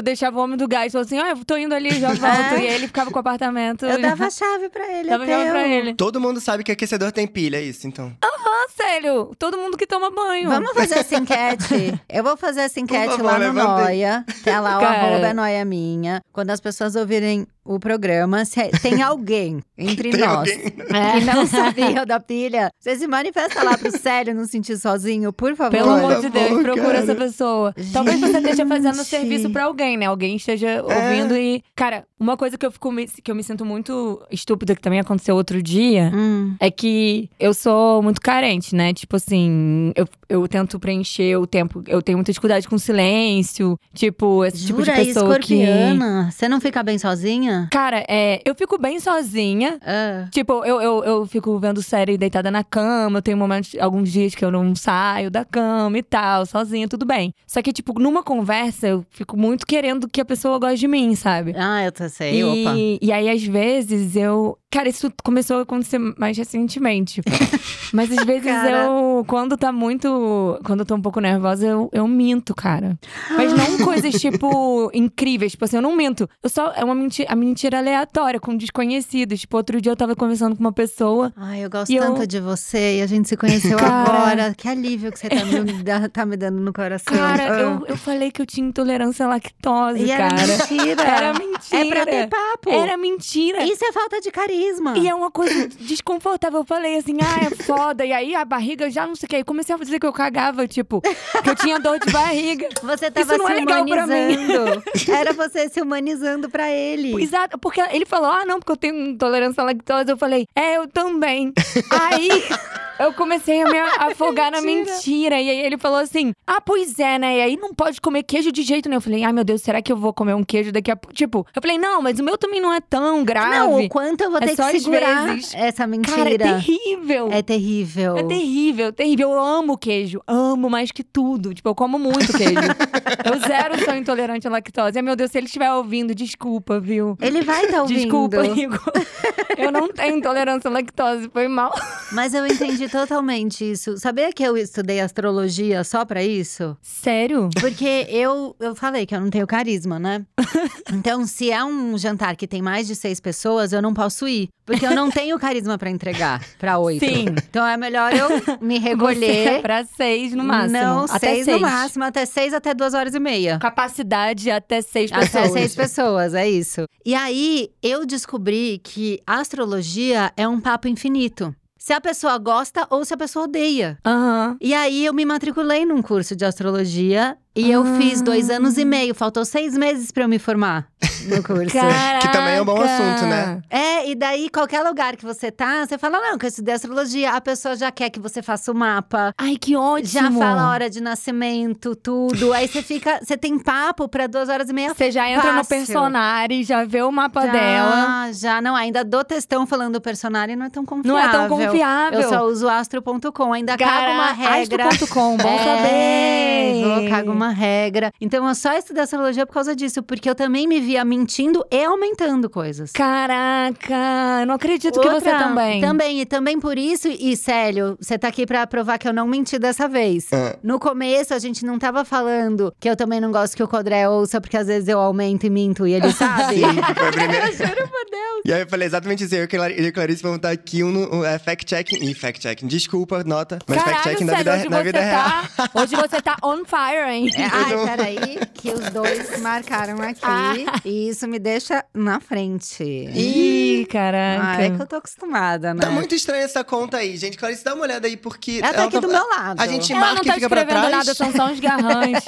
deixava o homem do gás, falou assim, ah, eu tô indo ali, já volto.
É.
E aí ele ficava com o apartamento.
Eu dava a chave pra ele,
Dava
até
chave pra
eu.
ele.
Todo mundo sabe que aquecedor tem pilha, é isso, então.
Ah, sério, todo mundo que toma banho.
Vamos fazer essa enquete. Eu vou fazer essa enquete
favor,
lá no
levantem.
Noia. Tá lá o
Cara.
arroba é Noia Minha. Quando as pessoas ouvirem o programa, se é, tem alguém entre
Tem
nós
alguém.
que não sabia da pilha, você se manifesta lá pro Sério não sentir sozinho, por favor.
Pelo amor
Por
de
favor,
Deus, procura
cara.
essa pessoa. Talvez você esteja fazendo
Gente. É.
serviço pra alguém, né? Alguém esteja ouvindo e. Cara, uma coisa que eu fico me- que eu me sinto muito estúpida, que também aconteceu outro dia.
Hum,
É que eu sou muito carente, né? Tipo assim, eu, eu tento preencher o tempo. Eu tenho muita dificuldade com silêncio. Tipo, esse tipo de
jura,
pessoa que.
escorpiana? Você não fica bem sozinha?
Cara, é, eu fico bem sozinha.
Ah.
Tipo, eu, eu, eu fico vendo série deitada na cama, eu tenho momentos, alguns dias que eu não saio da cama e tal, sozinha, tudo bem. Só que, tipo, numa conversa, eu fico muito querendo que a pessoa goste de mim, sabe?
Ah, eu tô sei,
E,
opa.
e aí, às vezes, eu. Cara, isso começou a acontecer mais recentemente. Mas às vezes
Cara.
eu, quando tá muito. Quando eu tô um pouco nervosa, eu, eu minto, cara. Mas não coisas, tipo, incríveis. Tipo assim, eu não minto. Eu só. É uma mentira, a mentira aleatória, com desconhecidos. Tipo, outro dia eu tava conversando com uma pessoa.
Ai, eu gosto
E eu-
tanto de você e a gente se conheceu
Cara.
agora. Que alívio que você tá me, dá- tá me dando no coração.
Cara,
Ah.
eu, eu falei que eu tinha intolerância à lactose,
E era
cara.
mentira.
Era mentira.
É pra ter papo.
Era mentira.
Isso é falta de carisma.
E é uma coisa desconfortável. Eu falei assim, ah, é foda. E aí a barriga eu já não sei o que. Aí comecei a dizer que eu cagava, tipo, que eu tinha dor de barriga.
Você tava
não
se
é legal pra mim.
humanizando. Era você se humanizando pra ele.
Exato, porque ele falou, ah, não, porque eu tenho intolerância à lactose. Eu falei, é, eu também. aí Eu comecei a me afogar na mentira. E aí ele falou assim: Ah, pois é, né? E aí não pode comer queijo de jeito nenhum. Eu falei: Ai, meu Deus, será que eu vou comer um queijo daqui a pouco? Tipo, eu falei: Não, mas o meu também não é tão grave.
Não, o quanto eu vou
É
ter
só
que
às
segurar
vezes.
essa mentira.
Cara, é terrível.
É terrível.
É terrível, terrível. Eu amo queijo. Amo mais que tudo. Tipo, eu como muito queijo. eu zero sou intolerante à lactose. Ai, meu Deus, se ele estiver ouvindo, desculpa, viu?
Ele vai estar Tá ouvindo.
Desculpa, Igor. Eu não tenho intolerância à lactose, foi mal.
Mas eu entendi totalmente isso. Sabia que eu estudei astrologia só pra isso?
Sério?
Porque eu, eu falei que eu não tenho carisma, né? Então, se é um jantar que tem mais de seis pessoas, eu não posso ir. Porque eu não tenho carisma pra entregar pra oito.
Sim.
Então é melhor eu me
Você é
recolher.
pra seis no máximo.
Não,
até
seis, no máximo, até seis, até duas horas e meia.
Capacidade até seis pessoas.
Até seis pessoas, é isso. E aí, eu descobri que a astrologia é um papo infinito. Se a pessoa gosta ou se a pessoa odeia.
Aham.
E aí, eu me matriculei num curso de astrologia e eu
Ah.
fiz dois anos e meio. Faltou seis meses pra eu me formar no curso.
Caraca.
Que também é um bom assunto, né?
É, e daí, qualquer lugar que você tá, você fala, não, que eu estudei astrologia. A pessoa já quer que você faça o mapa.
Ai, que ótimo.
Já fala a hora de nascimento, tudo. Aí você fica. Você tem papo pra duas horas e meia
Você já entra no
Fácil.
personagem, já vê o mapa
já,
dela.
Já, não. Ainda dou textão falando do personagem, não é tão confiável.
Não é tão confiável.
Eu só uso astro.com, ainda cago Tá, uma regra.
astro.com, um bom
É,
saber.
vou, cago uma regra. Então eu só estudei astrologia por causa disso, porque eu também me via mentindo e aumentando coisas.
Caraca, eu não acredito que você
Outra-
também.
Também, e também por isso, e Célio, você tá aqui pra provar que eu não menti dessa vez.
Ah.
No começo, a gente não tava falando que eu também não gosto que o Codré ouça, porque às vezes eu aumento e minto e ele sabe.
Sim, foi a primeira. E aí eu falei exatamente isso. Eu e Clari- eu e Clarice vamos estar aqui um, no- um, é, fact-checking. Ih, fact-checking. Desculpa, nota. Mas
Caralho,
fact-checking na
Célio,
vida,
hoje,
na
você
vida real.
tá, hoje você tá on fire, hein?
É, ai, peraí, que os dois marcaram aqui.
Ah.
E isso me deixa na frente.
Ih,
Ah,
caraca.
é que eu tô acostumada, né?
Tá muito estranha essa conta aí, gente. Clarice, dá uma olhada aí, porque.
Ela tá aqui do meu lado.
A gente
Ela
marca
não
e
tá
fica pra
escrevendo
trás.
nada, são só uns garranchos.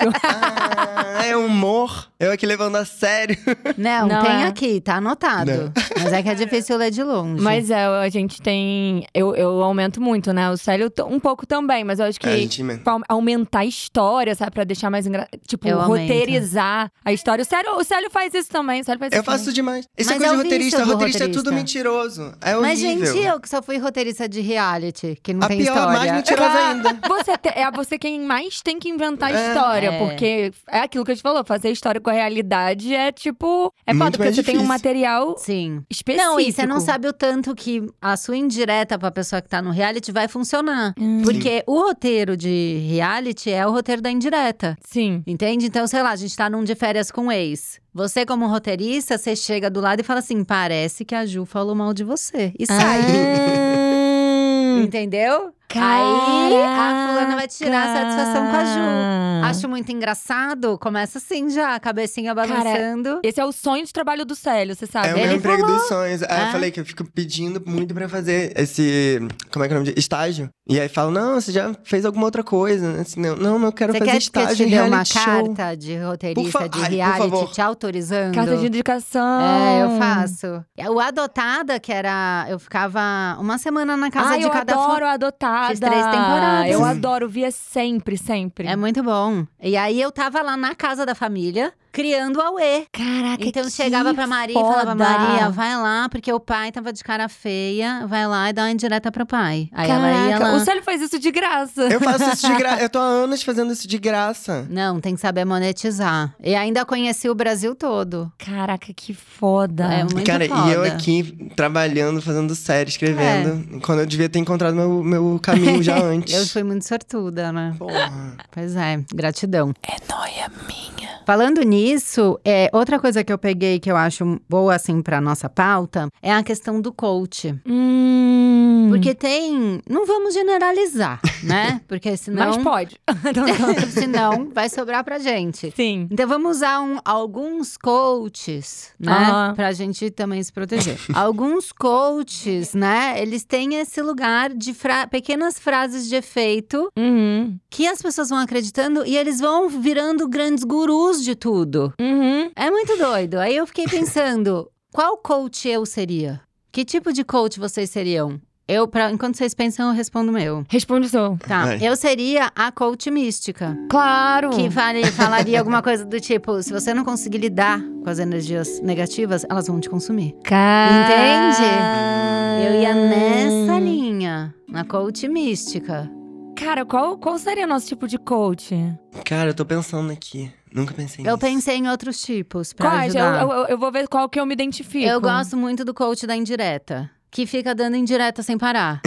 Ah, é humor. Eu aqui levando a sério.
Não,
Não,
tem
é.
aqui, tá anotado.
Não.
Mas é que é difícil ler de longe.
Mas é, a gente tem. Eu, eu aumento muito, né? O Célio t- um pouco também, mas eu acho que.
É, gente, man.
Pra au- aumentar a história, sabe? Pra deixar mais engra... Tipo,
Eu aumento.
roteirizar a história. O Célio, o Célio faz isso também. O Célio faz
Eu
isso
faço
também.
demais. Isso é
Mas
coisa
é o
de roteirista.
vício do
Roteirista é
roteirista.
tudo mentiroso. É horrível.
Mas, gente, eu que só fui roteirista de reality, que não
A
tem
pior,
história.
mais mentirosa ainda.
Você te- é você quem mais tem que inventar a
É.
história,
É.
porque é aquilo que eu te falou, fazer história com a realidade é tipo. É
Muito
foda, porque
mais
você tem um
difícil.
material
Sim.
específico.
Não, e você
tipo-
não sabe o tanto que a sua indireta pra pessoa que tá no reality vai funcionar.
Hum.
Porque o roteiro de reality é o roteiro da indireta.
Sim.
Entende? Então, sei lá, a gente tá num de férias com um ex. Você, como roteirista, você chega do lado e fala assim: parece que a Ju falou mal de você. E sai.
Ah,
Entendeu? Aí a Hum, fulana vai tirar a satisfação com a Ju.
Ah.
Ju.
Acho muito engraçado. Começa assim já, a cabecinha
Cara,
balançando.
Esse é o sonho de trabalho do Célio, você sabe.
É o
Ele
meu emprego
falou.
dos sonhos. Aí
Ah.
eu falei que eu fico pedindo muito pra fazer esse. Como é que é o nome? de- Estágio. E aí falo, não, você já fez alguma outra coisa. né? Assim, não, não, eu quero
Você
fazer
quer que eu
estágio
te
em
dê uma
reality show.
carta de roteirista
Por fa-
de
Ai, por
reality
favor.
te autorizando?
Carta de indicação.
É, eu faço. O Adotada, que era. Eu ficava uma semana na casa
ah,
de
eu
cada fo-
adoro a adotada.
Fiz três temporadas.
Eu
Sim.
adoro, via sempre, sempre.
É muito bom. E aí eu tava lá na casa da família, criando a UE.
Caraca,
Então
É que
chegava pra Maria e
foda.
falava: Maria, vai lá, porque o pai tava de cara feia, vai lá e dá uma indireta pro pai. Aí ela ia
Caraca,
lá.
o Célio faz isso de graça.
Eu faço isso de graça. Eu tô há anos fazendo isso de graça.
Não, tem que saber monetizar. E ainda conheci o Brasil todo.
Caraca, que foda.
É muito
Cara,
foda. É.
e eu aqui trabalhando, fazendo série, escrevendo. Quando eu devia ter encontrado meu, meu caminho já antes.
Eu fui muito sortuda, né?
Porra.
Pois é, gratidão. É noia minha. Falando nisso, é, outra coisa que eu peguei que eu acho boa, assim, pra nossa pauta, é a questão do coach.
Hum,
Porque tem… Não vamos generalizar, né? Porque senão…
Mas pode.
senão vai sobrar pra gente.
Sim.
Então vamos usar um- alguns coaches, né?
Aham.
Pra gente também se proteger. alguns coaches, né? Eles têm esse lugar de fra- pequenas frases de efeito
Uhum.
que as pessoas vão acreditando e eles vão virando grandes gurus de tudo.
Uhum.
É muito doido. Aí eu fiquei pensando, qual coach eu seria? Que tipo de coach vocês seriam? Eu, pra, enquanto vocês pensam, eu respondo o meu.
Responde o seu.
Tá.
Vai.
Eu seria a coach mística.
Claro!
Que fale- falaria alguma coisa do tipo: se você não conseguir lidar com as energias negativas, elas vão te consumir.
Entende?
Eu ia
Ah.
nessa
Hum.
linha, na coach mística.
Cara, qual, qual seria o nosso tipo de coach?
Cara, eu tô pensando aqui. Nunca pensei
Eu
nisso.
pensei em outros tipos pra
Quais? Eu,
ajudar.
é, eu, eu- eu vou ver qual que eu me identifico.
Eu gosto muito do coach da indireta. Que fica dando indireta sem parar.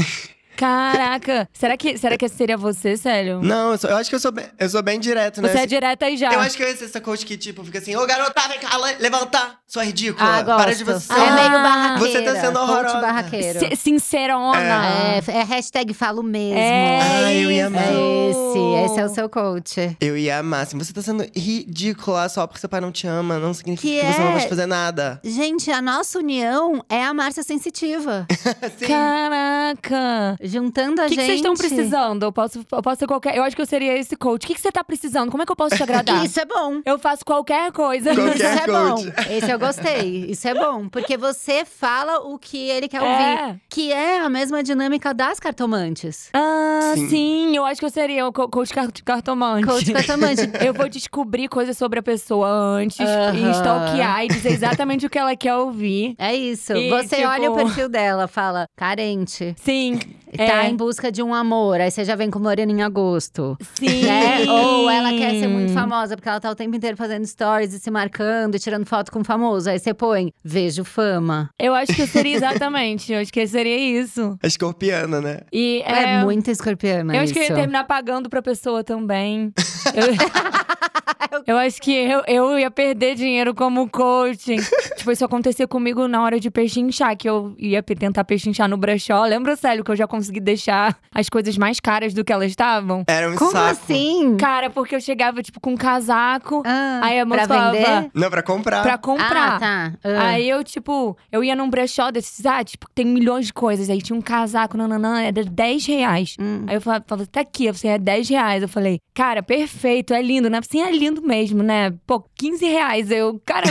Caraca! Será que, será que esse seria você, Célio?
Não, eu, sou- eu acho que eu sou bem, eu sou bem direto, né?
Você é direta aí
Tá.
já.
Hum, Eu acho que eu ia ser essa coach que, tipo, fica assim, ô garota, vem cá, le- levantar! Sua ridícula!
Ah, gosto.
Para de você
Ah, é meio
Ah,
barraqueira.
você tá sendo
Coach
horrorosa.
barraqueiro.
Si- Sincerona.
É, é hashtag falo mesmo.
Ah, eu ia amar.
É esse. Esse é o
seu.
seu coach.
Eu ia amar, assim, você tá sendo ridícula só porque seu pai não te ama, não significa
Que
que, você
é-
não vai fazer nada.
Gente, a nossa união é a Márcia Sensitiva.
Assim,
Caraca!
Juntando a
O que que
gente.
vocês estão precisando? Eu posso, eu posso ser qualquer. Eu acho que eu seria esse coach. O que, que você tá precisando? Como é que eu posso te agradar?
Isso é bom.
Eu faço qualquer coisa.
Isso
Qualquer
é bom.
coach.
Esse eu gostei. Isso é bom. Porque você fala o que ele quer ouvir.
É.
Que é a mesma dinâmica das cartomantes.
Ah, sim.
Sim.
eu acho que eu seria o co- coach car- cartomante.
Coach cartomante.
Eu vou descobrir coisas sobre a pessoa antes e
Aham.
stalkear e dizer exatamente o que ela quer ouvir.
É isso.
E,
você
tipo-
olha o perfil dela, fala, carente.
Sim.
Tá
É.
em busca de um amor. Aí você já vem com Morena em agosto.
Sim.
Né? Ou ela quer ser muito famosa, porque ela tá o tempo inteiro fazendo stories e se marcando e tirando foto com famoso. Aí você põe, vejo fama.
Eu acho que eu seria exatamente. Eu acho que seria isso.
a escorpiana, né?
E
É,
é,
muito escorpiana
Eu acho
isso.
que eu ia terminar pagando pra pessoa também. Eu, eu acho que eu, eu ia perder dinheiro como coaching. tipo, isso acontecia comigo na hora de pechinchar, que eu ia pe- tentar pechinchar no brechó. Lembra, Célio, que eu já consegui deixar as coisas mais caras do que elas estavam?
Era um
Como
saco.
assim?
Cara, porque eu chegava, tipo, com um casaco.
Ah,
aí a moça
pra vender?
falava,
Não, pra comprar.
pra comprar.
Ah, tá. Ah.
Aí eu, tipo, eu ia num brechó desses, ah, tipo, tem milhões de coisas. Aí tinha um casaco, nananã, era 10 reais.
Hum.
Aí eu falava, falava, tá aqui, você é 10 reais. Eu falei, cara, perfeito, é lindo, né? Sim, é lindo mesmo, né? Pô, 15 reais. Eu, cara,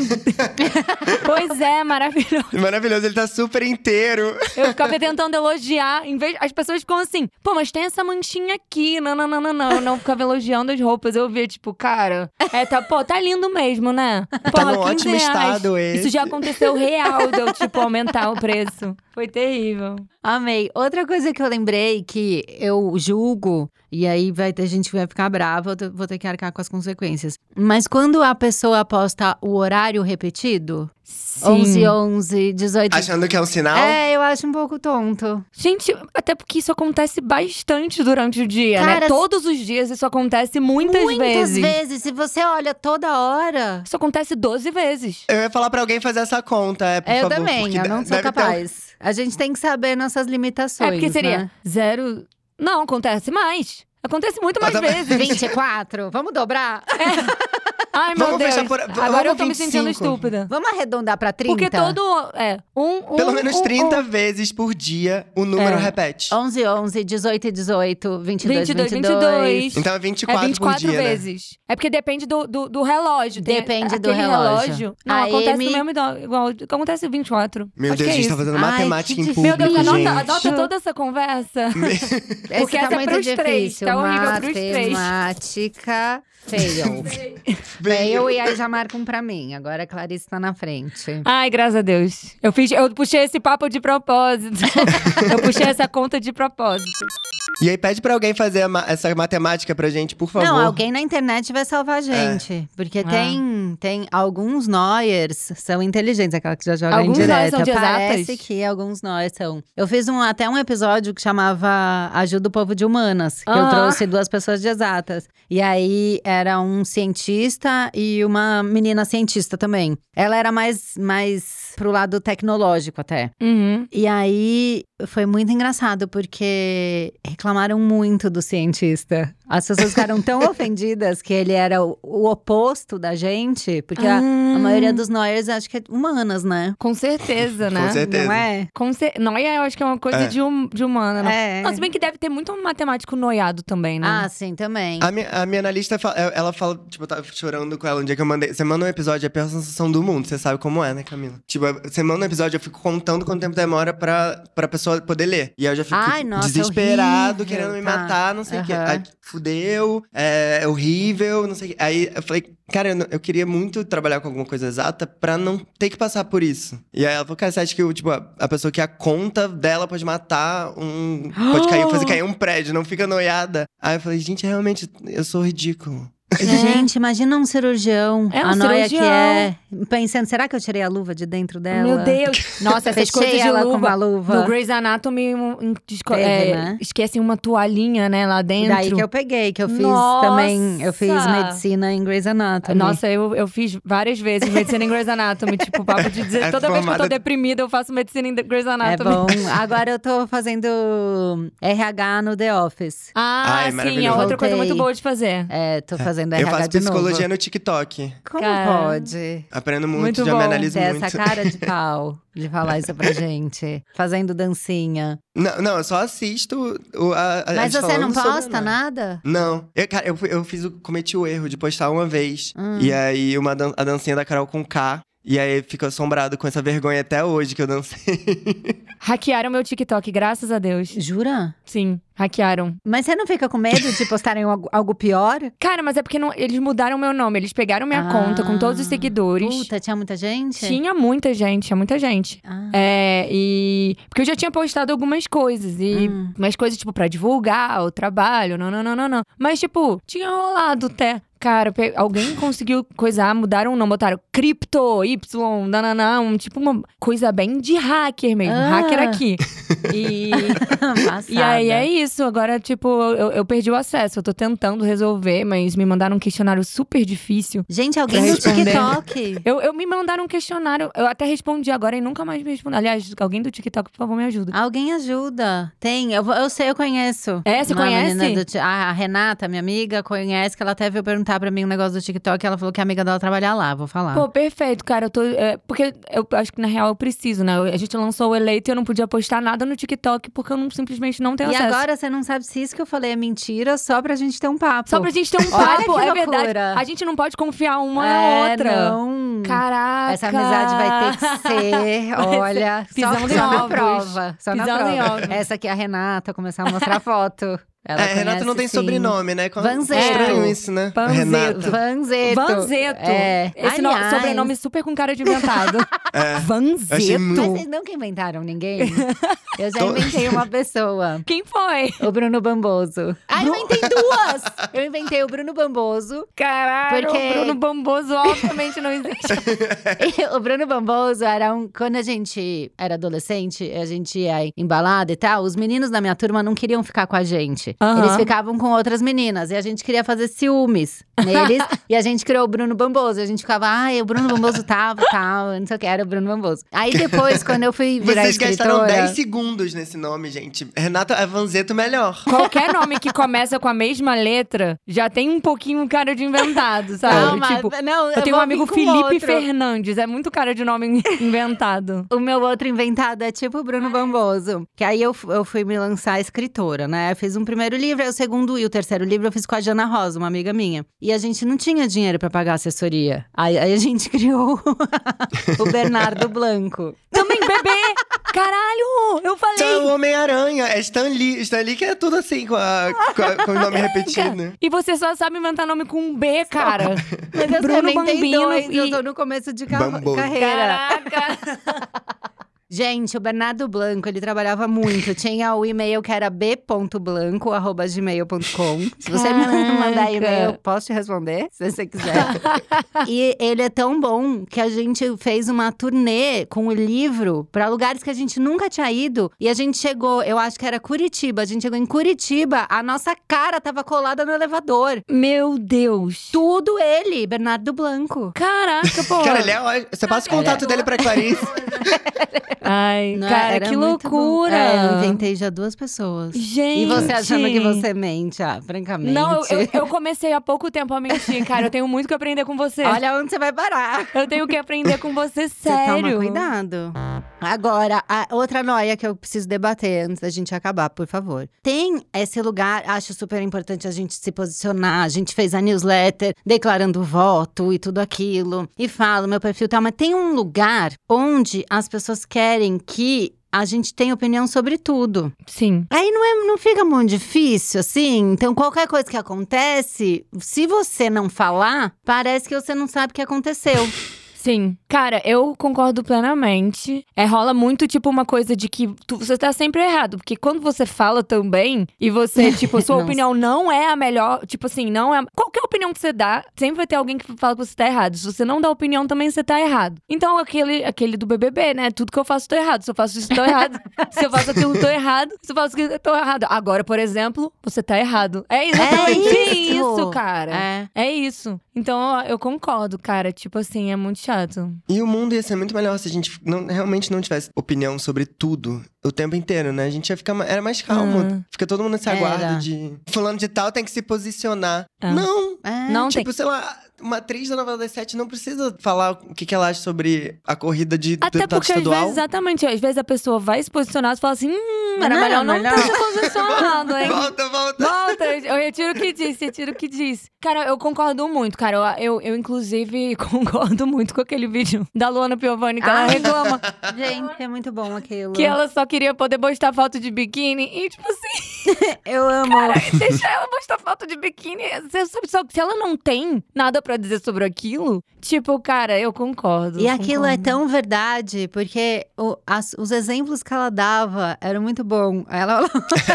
pois é, maravilhoso.
Maravilhoso, ele tá super inteiro.
Eu ficava tentando elogiar, em vez. As pessoas ficam assim, pô, mas tem essa manchinha aqui, não, não, não, não, não. Eu não ficava elogiando as roupas. Eu via, tipo, cara, é, tá, pô, tá lindo mesmo, né? Pô,
Tá num ótimo estado
Isso
esse.
já aconteceu real, de eu, tipo, aumentar o preço. Foi terrível.
Amei. Outra coisa que eu lembrei que eu julgo, e aí vai ter gente que vai ficar brava, eu te- vou ter que arcar com as consequências. Mas quando a pessoa aposta o horário repetido,
Sim.
11, 11, 18.
Achando que é um sinal?
É, eu acho um pouco tonto.
Gente, até porque isso acontece bastante durante o dia, né?
Cara,
Todos os dias isso acontece muitas, vezes.
vezes. Se você olha toda hora.
Isso acontece 12 vezes.
Eu ia falar pra alguém fazer essa conta, é, por
eu
favor.
também,
porque
eu não
deve
sou
ter um-
capaz. A gente tem que saber nossas limitações.
é porque seria
Né?
zero. Não, acontece mais. Acontece muito mais
Eu também-
vezes.
24, vamos dobrar?
Ai, meu
Vamos
Deus.
fechar por-
Agora
vamos
eu tô me
25.
sentindo estúpida.
Vamos arredondar pra 30?
Porque todo. É, um, um,
Pelo menos
um,
30
um.
vezes por dia o número
É.
repete.
11, 11, 18, 18, 22,
22,
22.
22.
Então é
É
24,
24
por dia, né?
vezes. É porque depende do, do, do relógio. Tem
Depende do
aquele
relógio.
Não,
A
acontece
Amy-
no mesmo idó- igual. Acontece 24.
Meu
Acho
Deus,
que
a
é
gente tá
isso.
fazendo
Ai,
matemática
que
em
difícil.
Meu
público,
Deus,
gente.
anota, anota toda essa conversa.
Esse
Porque
tá
essa é
muito
pros
difícil.
três, tá horrível pros três.
Matemática, fail. fail e aí já marcam pra mim. Agora a Clarice tá na frente.
Ai, graças a Deus. Eu, fiz, eu puxei esse papo de propósito. eu puxei essa conta de propósito.
E aí pede pra alguém fazer a ma- essa matemática pra gente, por favor. É.
Não, alguém na internet vai salvar a gente.
É.
Porque tem, tem alguns Noyers são inteligentes, aquela que já joga
Alguns
indireta.
Neuers são de
Parece
exatas?
que alguns Noyers são. Eu fiz um, até um episódio que chamava Ajuda o Povo de Humanas, que eu
Aham.
trouxe duas pessoas de exatas. E aí era um cientista e uma menina cientista também. Ela era mais, mais pro lado tecnológico até.
Uhum.
E aí foi muito engraçado, porque reclamaram muito do cientista. As pessoas ficaram tão ofendidas que ele era o, o oposto da gente, porque a- a,
Ah.
maioria dos Noiers acho que é humanas, né?
Com certeza, né?
Com certeza.
Não é?
Com cer- Noia, eu acho que é uma coisa
É.
De, hum- de humana, né?
É.
Não, se bem que deve ter muito matemático noiado também, né?
Ah, sim, também.
A minha, a minha analista, fa- ela- ela fala, tipo, eu tava chorando com ela um dia que eu mandei. Você manda um episódio, é a pior é, sensação do mundo. Você sabe como é, né, Camila? Tipo, você manda um episódio, eu fico contando quanto tempo demora pra, pra pessoa pessoa poder ler. E aí eu já fico
Ai, nossa, é
desesperado,
horrível,
querendo me
tá.
matar, não sei o quê.
Aham.
Ai, fudeu, é, é horrível, não sei o quê. Aí eu falei, cara, eu, não- eu queria muito trabalhar com alguma coisa exata pra não ter que passar por isso. E aí ela falou, cara, você acha que eu, tipo, a, a pessoa que a conta dela pode matar um. Pode cair, fazer cair um prédio, não fica noiada. Aí eu falei, gente, realmente, eu sou ridículo.
Gente, imagina um cirurgião.
É um
a noia que
cirurgião.
é. Pensando, será que eu tirei a luva de dentro dela?
Meu Deus! Nossa, essas
Fechei
coisas de
ela com
luva.
uma luva.
No Grey's Anatomy, um- um- desco-
Teve,
é,
né?
esquecem uma toalhinha, né, lá dentro.
Daí que eu peguei, que eu fiz
Nossa!
também. Eu fiz medicina em Grey's Anatomy.
Nossa, eu, eu fiz várias vezes medicina em Grey's Anatomy. tipo, papo de dizer. Toda vez
É
que eu tô
formada-
deprimida, eu faço medicina em Grey's
É
Anatomy.
bom. Agora eu tô fazendo RH no The Office.
Ah,
Ai,
sim, é
maravilhoso.
outra coisa
Voltei.
muito boa de fazer.
É, tô fazendo
eu
RH
faço
de novo.
psicologia no TikTok.
Como
Cara,
pode?
Aprendo muito,
Muito
já
bom.
me analiso
Ter essa
muito.
cara de pau de falar isso pra gente. Fazendo dancinha.
Não, não, eu só assisto o, a, a
Mas
gente
você não
falando sobre
posta
análise.
nada?
Não. Eu, cara, eu, fui- eu fiz o, cometi o erro de postar uma vez.
Hum.
E aí, uma dan- a dancinha da Carol com K. E aí, fico assombrado com essa vergonha até hoje que eu dancei.
Hackearam meu TikTok, graças a Deus.
Jura?
Sim, hackearam.
Mas você não fica com medo de postarem algo, algo pior?
Cara, mas é porque não- eles mudaram meu nome. Eles pegaram minha
Ah.
conta com todos os seguidores.
Puta, tinha muita gente?
Tinha muita gente, tinha muita gente.
Ah.
É, e. Porque eu já tinha postado algumas coisas. E
Hum.
umas coisas, tipo, pra divulgar o trabalho, não, não, não, não, não. Mas, tipo, tinha rolado até. Cara, pe- alguém conseguiu coisar, mudaram o nome, botaram cripto, Y, nananã, um, tipo uma coisa bem de hacker mesmo.
Ah.
Hacker aqui. E, e aí é isso. Agora, tipo, eu, eu perdi o acesso. Eu tô tentando resolver, mas me mandaram um questionário super difícil.
Gente, alguém
Pra
no
responder.
TikTok.
Eu, eu me mandaram um questionário, eu até respondi agora e nunca mais me respondi. Aliás, alguém do TikTok, por favor, me ajuda.
Alguém ajuda. Tem, eu, vou- eu sei, eu conheço.
É, você
Uma
conhece?
menina do ti- a, a Renata, minha amiga, conhece, que ela até veio perguntar pra mim um negócio do TikTok. Ela falou que a amiga dela trabalha lá, vou falar.
Pô, perfeito, cara. Eu tô. é, porque eu acho que na real eu preciso, né? A gente lançou o eleito e eu não podia postar nada no TikTok porque eu não- simplesmente não tenho
e
acesso.
agora você não sabe se isso que eu falei é mentira, só pra gente ter um papo.
Só pra gente ter um
Olha
papo,
que
é
loucura.
verdade. A gente não pode confiar uma
é,
na outra.
Não.
Caraca.
Essa amizade vai ter que ser,
Vai ser
olha, só,
pisando
só
em
na
ovos.
prova. Só na
Pisando em
prova.
ovos.
Essa aqui é a Renata, começar a mostrar foto. Ela
é, Renata não
conhece,
tem
sim.
sobrenome, né? Quando-
Vanzeto.
Estranho isso, né?
Vanzeto.
Renata.
Vanzeto.
Vanzeto.
É.
Esse no-
Aliás,
sobrenome super com cara de inventado.
É.
Vanzeto.
Eu achei muito-
Mas vocês nunca inventaram ninguém? Eu já
Tô-
inventei uma pessoa.
Quem foi?
O Bruno Bamboso. Ah, eu inventei duas! Eu inventei o Bruno Bamboso.
Caralho,
Porque-
o Bruno Bomboso obviamente não existe.
E
É.
o Bruno Bamboso era um. Quando a gente era adolescente, a gente ia em balada e tal, os meninos da minha turma não queriam ficar com a gente.
Aham.
Eles ficavam com outras meninas. E a gente queria fazer ciúmes neles. e a gente criou o Bruno Bamboso. E a gente ficava, ai, o Bruno Bamboso tava, tal, não sei o que, era o Bruno Bamboso. Aí depois, quando eu fui virar
Vocês gastaram
escritora.
10 segundos nesse nome, gente. Renata é Vanzeto melhor.
Qualquer nome que começa com a mesma letra já tem um pouquinho cara de inventado, sabe?
Calma,
tipo,
não,
eu tenho um
vou
amigo
vir com
Felipe
outro.
Fernandes, é muito cara de nome in- inventado.
O meu outro inventado é tipo o Bruno Bamboso. Que aí eu, fu- eu fui me lançar escritora, né? Eu fiz um primeiro livro, aí o segundo e o terceiro livro eu fiz com a Jana Rosa, uma amiga minha. E a gente não tinha dinheiro pra pagar assessoria. Aí, aí a gente criou o Bernardo Blanco.
Também bebê! Caralho! Eu falei!
Tchau, Então, Homem-Aranha. É Stan Lee. Stan Lee que é tudo assim, com, a- com a- com o nome repetido.
E você só sabe inventar nome com um B, cara.
Mas eu
Bruno
também tenho
Bambino
dois, eu
e-
tô no começo de ca-
Bamboso.
carreira.
Caraca!
Gente, o Bernardo Blanco, ele trabalhava muito. Tinha o e-mail que era b.blanco.gmail.com. Se você me mandar
Caraca.
e-mail, eu posso te responder, se você quiser. e ele é tão bom que a gente fez uma turnê com o livro pra lugares que a gente nunca tinha ido. E a gente chegou, eu acho que era Curitiba. A gente chegou em Curitiba, a nossa cara tava colada no elevador.
Meu Deus!
Tudo ele, Bernardo Blanco.
Caraca, pô!
Cara, ele é ótimo. Você passa o contato dele pra Clarice.
Ai,
Não,
cara,
era
que
muito bom.
loucura!
É, eu inventei já duas pessoas.
Gente!
E você achando que você mente, ah, francamente.
Não, eu, eu- eu comecei há pouco tempo a mentir, cara. Eu tenho muito que aprender com você.
Olha onde você vai parar.
Eu tenho que aprender com você,
Você
sério.
Toma cuidado. Agora, a outra noia que eu preciso debater antes da gente acabar, por favor. Tem esse lugar, acho super importante a gente se posicionar. A gente fez a newsletter declarando voto e tudo aquilo. E falo, meu perfil tá, mas tem um lugar onde as pessoas querem que a gente tenha opinião sobre tudo.
Sim.
Aí não, é, não fica muito difícil, assim? Então, qualquer coisa que acontece, se você não falar, parece que você não sabe o que aconteceu.
Sim. Cara, eu concordo plenamente. É, rola muito, tipo, uma coisa de que tu- você tá sempre errado. Porque quando você fala também e você, tipo, sua
Nossa.
opinião não é a melhor. Tipo assim, não é. Qualquer opinião que você dá, sempre vai ter alguém que fala que você tá errado. Se você não dá opinião, também você tá errado. Então, aquele, aquele do BBB, né? Tudo que eu faço, tô errado. Se eu faço isso, tô errado. Se eu faço aquilo, tô errado. Se eu faço aquilo, tô errado. Agora, por exemplo, você tá errado. É exatamente
isso!
isso, cara.
É.
É isso. Então, ó, eu concordo, cara. Tipo assim, é muito chato.
E o mundo ia ser muito melhor se a gente não- realmente não tivesse opinião sobre tudo o tempo inteiro, né? A gente ia ficar. ma- Era mais calmo.
Ah.
Fica todo mundo nesse
Era.
aguardo de. Fulano de tal tem que se posicionar.
Ah.
Não!
É.
Não
tipo, sei lá, uma atriz da novela das sete não precisa falar o que, que ela acha sobre a corrida de
Até
deputado
porque às
estadual.
vezes, exatamente, às vezes a pessoa vai se posicionar e fala assim: hum, era
Não,
melhor não
melhor.
ter se posicionado, hein?
Volta, volta!
Volta, eu retiro o que disse, retiro o que disse. Cara, eu concordo muito, cara. Eu, eu, eu, inclusive, concordo muito com aquele vídeo da Luana Piovani, que ela
Ai.
reclama
Gente, é muito bom aquilo.
que ela só queria poder postar foto de biquíni. E, tipo assim,
Eu amo.
deixa ela postar foto de biquíni. Você sabe só que se ela não tem nada pra dizer sobre aquilo, tipo, cara, eu concordo.
E aquilo é
concordo.
tão verdade, porque o- as- os exemplos que ela dava eram muito bons. Ela,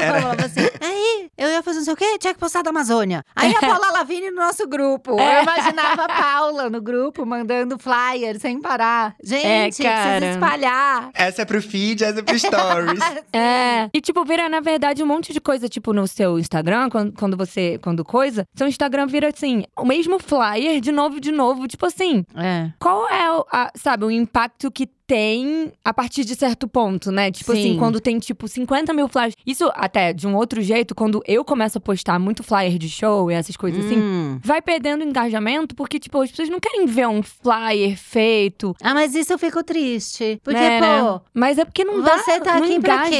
ela falava assim: aí, eu ia fazer não sei o quê, tinha que postar da Amazônia. Aí a Paula Lavigne no nosso grupo.
É.
Eu imaginava a Paula no grupo mandando flyer sem parar. Gente,
É, cara.
precisa espalhar.
Essa é pro feed, essa é pro stories.
É. E, tipo, vira, na verdade, um monte de coisa, tipo, no seu Instagram, quando, quando você. Quando coisa, seu Instagram vira assim, o mesmo flyer, de novo, de novo. Tipo assim,
É.
qual é, o- a- sabe, o impacto que tem a partir de certo ponto, né? Tipo
Sim.
assim, quando tem, tipo, 50 mil flyers. Isso, até de um outro jeito, quando eu começo a postar muito flyer de show e essas coisas assim. Vai perdendo engajamento porque, tipo, as pessoas não querem ver um flyer feito.
Ah, mas isso eu fico triste. Porque,
né, né?
pô,
Mas é porque não dá.
você tá
não
aqui pra
engaja.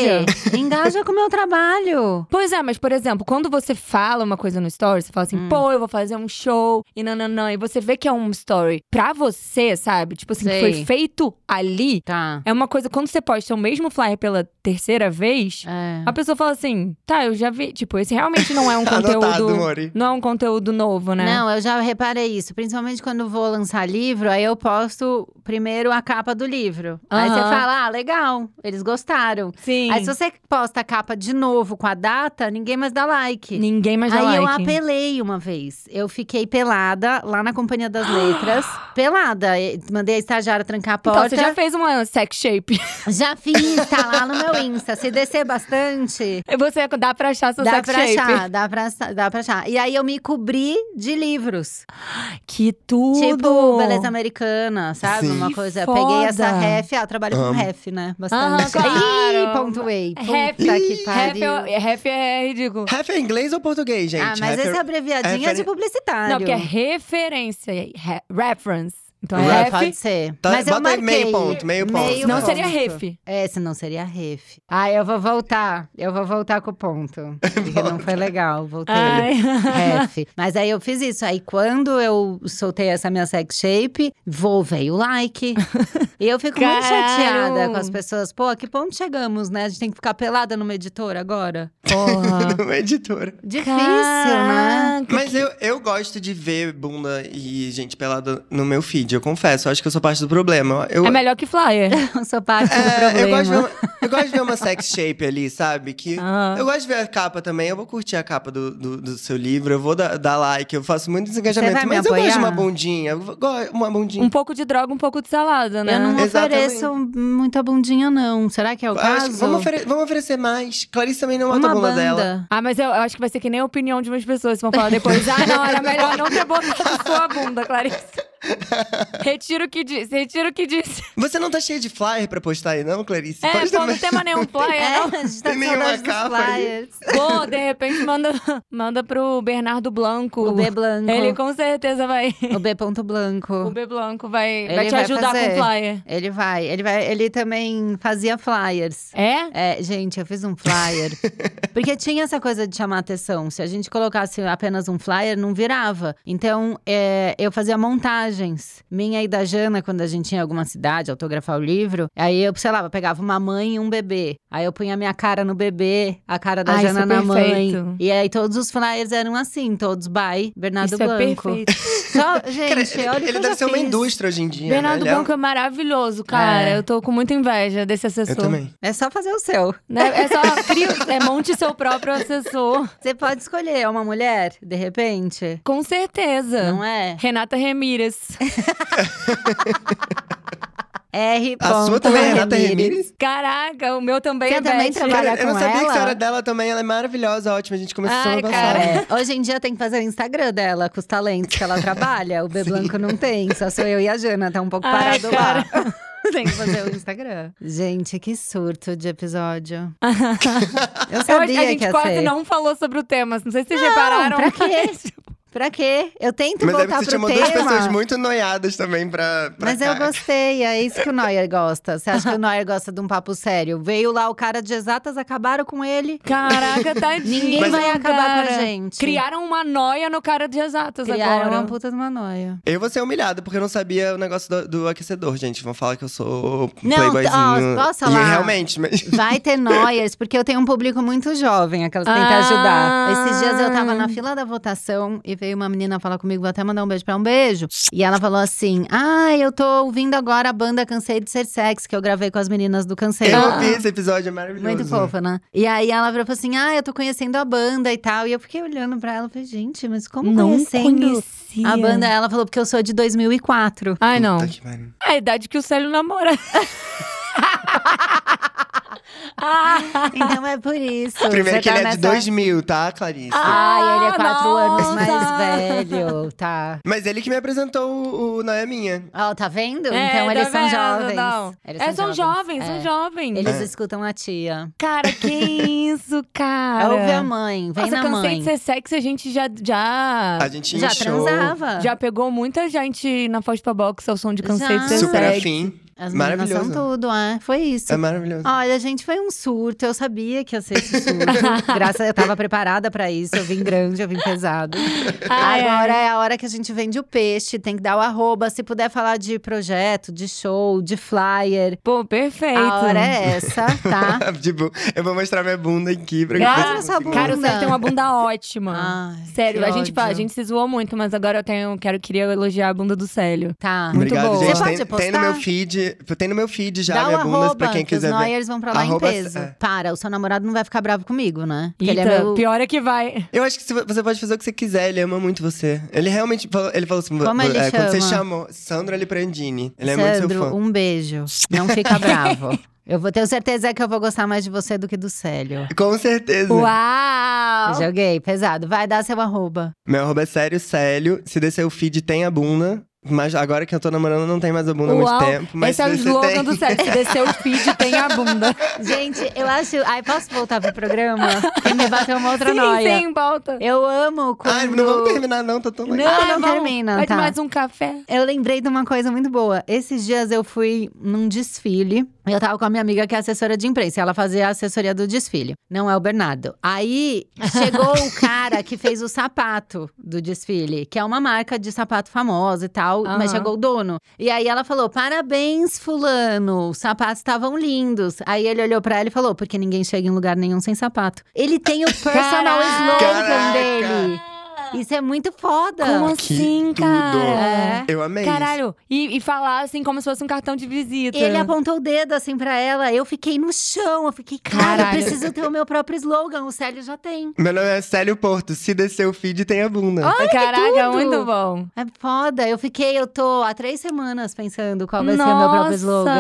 quê? Engaja com o meu trabalho.
Pois é, mas por exemplo, quando você fala uma coisa no story, você fala
Hum.
assim, pô, eu vou fazer um show e nananã, e você vê que é um story pra você, sabe? Tipo assim, que
Sei.
foi feito ali.
Tá.
É uma coisa, quando você posta o mesmo flyer pela terceira vez,
É.
a pessoa fala assim, tá, eu já vi. Tipo, esse realmente não é um
Anotado,
conteúdo.
Mori.
Não é um conteúdo novo, né?
Não, eu já reparei isso. Principalmente quando vou lançar livro, aí eu posto primeiro a capa do livro. Aí você
Aham.
fala, ah, legal, eles gostaram.
Sim.
Aí se você posta a capa de novo com a data, ninguém mais dá like.
Ninguém mais dá
Aí eu
like.
apelei uma vez. Eu fiquei pelada lá na Companhia das Letras. pelada. E Mandei a estagiária trancar a
Então,
porta.
você já fez uma sex shape.
Já fiz, tá lá no meu Insta. Se descer bastante,
Você dá pra achar sua
Dá
sex
pra
shape.
achar, dá pra, sa- dá pra achar. E aí eu me cobri de livros.
Que tudo!
Tipo, beleza americana, sabe?
Sim.
Uma coisa.
Foda.
Peguei essa ref, ah, eu trabalho com
Amo.
ref, né? Bastante.
Aham, claro.
Ih, pontuei.
Ref-
Puta que
Rap
pariu.
é, rap é ridículo.
Ref é inglês ou português, gente?
ah, mas
Ref
essa abreviadinha é de
refer-
publicitário.
Não, porque é referência. re- reference. Então é
É,
Ref-
pode
ref.
ser.
Tá,
mas eu
bota aí
marquei.
meio ponto, meio ponto.
Senão
Não,
seria
ponto.
ref.
É, senão seria ref. Ah, eu vou voltar. Eu vou voltar com o ponto. Porque não foi legal, voltei.
Ai.
Ref. Mas aí eu fiz isso. Aí quando eu soltei essa minha sex shape, vou, veio o like. E eu fico muito
Caralho.
chateada com as pessoas. Pô, a que ponto chegamos, né? A gente tem que ficar pelada numa editora agora?
Porra.
Não é editora.
Difícil, né?
Caraca.
Mas eu, eu gosto de ver bunda e gente pelada no meu feed, eu confesso. Eu acho que eu sou parte do problema. Eu,
É melhor que flyer.
Eu sou parte do
É, eu, gosto de ver,
problema.
uma- eu gosto de ver uma sex shape ali, sabe? Que
Ah.
Eu gosto de ver a capa também. Eu vou curtir a capa do, do, do seu livro, eu vou dar, dar like, eu faço muito
Você vai
desengajamento.
me
Mas eu gosto de
apoiar?
uma bundinha. eu gosto- Uma bundinha.
Um pouco de droga, um pouco de salada, né?
Eu não
Exatamente.
ofereço muita bundinha, não. Será que é o
Acho
caso?
que vamos, ofere- vamos oferecer mais. Clarice também não mata
Uma
a bunda
banda.
dela.
Ah, mas eu, eu acho que vai ser que nem a opinião de umas pessoas. Vão falar depois, ah, não, era melhor não ter botado sua bunda, Clarice. Retiro o que disse, retiro o que disse.
Você não tá cheia de flyer pra postar aí, não, Clarice?
É,
Pode
pô, não
também.
tem mais nenhum flyer,
É,
não.
a gente tá
Tem
com
nenhuma
saudades dos
capa aí.
flyers.
Pô, de repente manda, manda pro Bernardo Blanco.
O B Blanco.
Ele com certeza vai.
O B ponto Blanco.
O B Blanco vai,
Ele
vai te
vai
ajudar
fazer.
com o flyer.
Ele vai, ele vai, ele também fazia flyers.
É?
É, gente, eu fiz um flyer. porque tinha essa coisa de chamar atenção. Se a gente colocasse apenas um flyer, não virava. Então, é, eu fazia montagens. Minha e da Jana, quando a gente tinha alguma cidade, autografar o livro. Aí eu, sei lá, eu pegava uma mãe e um bebê. Aí eu punha minha cara no bebê, a cara da
Ah,
Jana
isso é
na mãe.
perfeito.
E aí todos os flyers eram assim, todos by Bernardo
Isso
Blanco.
é perfeito.
Só, gente,
Cara,
olha o
ele
que eu
deve
já
ser uma
fiz.
indústria hoje em dia.
Bernardo
né? Ele é um-
Blanco é maravilhoso, cara.
É.
Eu tô com muita inveja desse
Eu
assessor.
também.
É só fazer o seu.
Né? É só cria, é, monte seu próprio assessor.
Você pode escolher é uma mulher, de repente?
Com certeza.
Não é?
Renata Remírez.
R.
A sua também é Renata Remires?
Caraca, o meu também
Você
é
também
Beth.
trabalha-
eu não
com
sabia que
ela?
a história dela também. Ela é maravilhosa, ótima. A gente começou
Ai,
semana
cara.
passada.
É, hoje em dia tem que fazer o Instagram dela, com os talentos que ela trabalha. O B Blanco não tem, só sou eu e a Jana, tá um pouco
Ai,
parado lá. tem que fazer o Instagram. Gente, que surto de episódio. eu
Eu, a
sabia que
gente
ia
quase
ser.
não falou sobre o tema. Não sei se vocês repararam.
pra quê? Pra quê? Eu tento
Mas deve
voltar
que você
pro
chamou
tema.
duas pessoas muito noiadas também pra, pra
Mas
cá.
eu gostei, é isso que o Neuer gosta. Você acha que o Neuer gosta de um papo sério? Veio lá o cara de exatas, acabaram com ele.
Caraca, tadinho.
Ninguém vai acabar com a
cara.
gente.
Criaram uma noia no cara de exatas
Criaram
agora.
é uma puta de uma noia.
Eu vou ser humilhado, porque eu não sabia o negócio do, do aquecedor, gente. Vão falar que eu sou um
Não,
playboyzinho.
ó, posso
E
falar?
realmente, mas...
Vai ter noias, porque eu tenho um público muito jovem, aquelas que tentam
Ah.
ajudar. Esses dias eu tava na fila da votação e veio uma menina falar comigo, vou até mandar um beijo pra um beijo. E ela falou assim: Ah, eu tô ouvindo agora a banda Cansei de Ser Sexy, que eu gravei com as meninas do Cansei.
Eu
Ah.
ouvi esse episódio, é maravilhoso.
Muito fofa, né? E aí ela virou e falou assim: Ah, eu tô conhecendo a banda e tal. E eu fiquei olhando pra ela e falei, gente, mas como
Não
conhecendo?
conhecia.
A banda, é ela falou, porque eu sou de 2004.
Ai, não.
Puta que pariu.
É a idade que o Célio namora. ah,
Então é por isso.
Primeiro
Você
que
tá
ele é
nessa-
de 2000, tá, Clarice?
Ai, ele é quatro
Ah,
anos
nossa!
mais velho, tá.
Mas ele que me apresentou o, o Noia Minha.
Ó, tá vendo?
É,
então
tá
eles são
vendo?
jovens.
Não.
Eles
é, são jovens,
É.
são jovens.
Eles
É.
escutam a tia.
Cara, que isso,
É
cara.
Ouve a mãe, vem
Ah, é. Nossa,
na
cansei
mãe.
de ser sexy, a gente já. já...
A gente
Já
inchou.
transava.
Já pegou muita gente na Foz pra Box ao som de cansei
Já.
de ser
Super
sexy.
afim.
As meninas são
Maravilhoso.
tudo, é. Foi isso.
É maravilhoso.
Olha, gente, foi um surto. Eu sabia que ia ser esse surto. Graças eu tava preparada pra isso. Eu vim grande, eu vim pesado.
Ai,
Agora
ai.
é a hora que a gente vende o peixe, tem que dar o arroba. Se puder falar de projeto, de show, de flyer.
Pô, perfeito.
A hora é essa, tá?
tipo, eu vou mostrar minha bunda aqui pra
Graças
vocês
a Ah, sua
consigam-
Cara, o Célio
Bunda.
tem uma bunda ótima.
Ai,
Sério,
é Ah, que
a gente, fa- a
ódio.
gente se zoou muito, mas agora eu tenho, quero, queria elogiar a bunda do Célio.
Tá.
Muito
Obrigado,
boa.
gente.
Você pode
tem, tem no
postar?
meu feed. Tem no meu feed já
Dá o
minha bunda
arroba,
pra quem
que os
quiser ver.
Noyers vão pra lá
Arroba-
em peso.
é.
Para, o seu namorado não vai ficar bravo comigo, né? Porque
Eita,
ele é meu...
pior é que vai.
Eu acho que se vo- você pode fazer o que você quiser, ele ama muito você. Ele realmente falou, ele falou assim: vo-
Como ele
é, quando você
chama?
chamou Sandro Aliprandini. Ele é muito seu
Sandro,
fã.
um beijo. Não fica bravo. Eu vou ter certeza que eu vou gostar mais de você do que do Célio.
Com certeza.
Uau!
Joguei, pesado. Vai dar seu arroba.
Meu arroba é sério, Célio. Se descer o feed, tem a bunda. Mas agora que eu tô namorando, não tem mais a bunda há
Uau.
muito tempo. Mas
Esse é o
se você
slogan
tem-
do Célio. Se descer o feed, tem a bunda.
Gente, eu acho. Ai, posso voltar pro programa? Porque me bateu uma outra
sim,
noia.
sim, volta. Ah,
Eu amo quando.
Ai, não vamos terminar, não, tá tão legal.
não
vamos.
termina,
Pede
tá.
mais um café.
Eu lembrei de uma coisa muito boa. Esses dias eu fui num desfile. Eu tava com a minha amiga que é assessora de imprensa. e Ela fazia a assessoria do desfile. Não é o Bernardo. Aí chegou o cara que fez o sapato do desfile, que é uma marca de sapato famosa e tal.
Aham.
Mas chegou o dono. E aí ela falou: Parabéns, Fulano. Os sapatos estavam lindos. Aí ele olhou pra ela e falou: Porque ninguém chega em lugar nenhum sem sapato. Ele tem o personal slogan
Caraca!
dele. Isso é muito foda.
Como
Que
assim,
tudo.
É.
cara?
Eu amei. isso.
Caralho, e, e falar assim como se fosse um cartão de visita.
Ele apontou o dedo assim pra ela, eu fiquei no chão, eu fiquei, cara, eu
Caralho.
preciso ter o meu próprio slogan, o Célio já tem.
Meu nome é Célio Porto. Se descer o feed, tem a bunda.
Caraca,
tudo!
muito bom.
É foda, eu fiquei, eu tô há três semanas pensando qual vai ser o meu próprio slogan.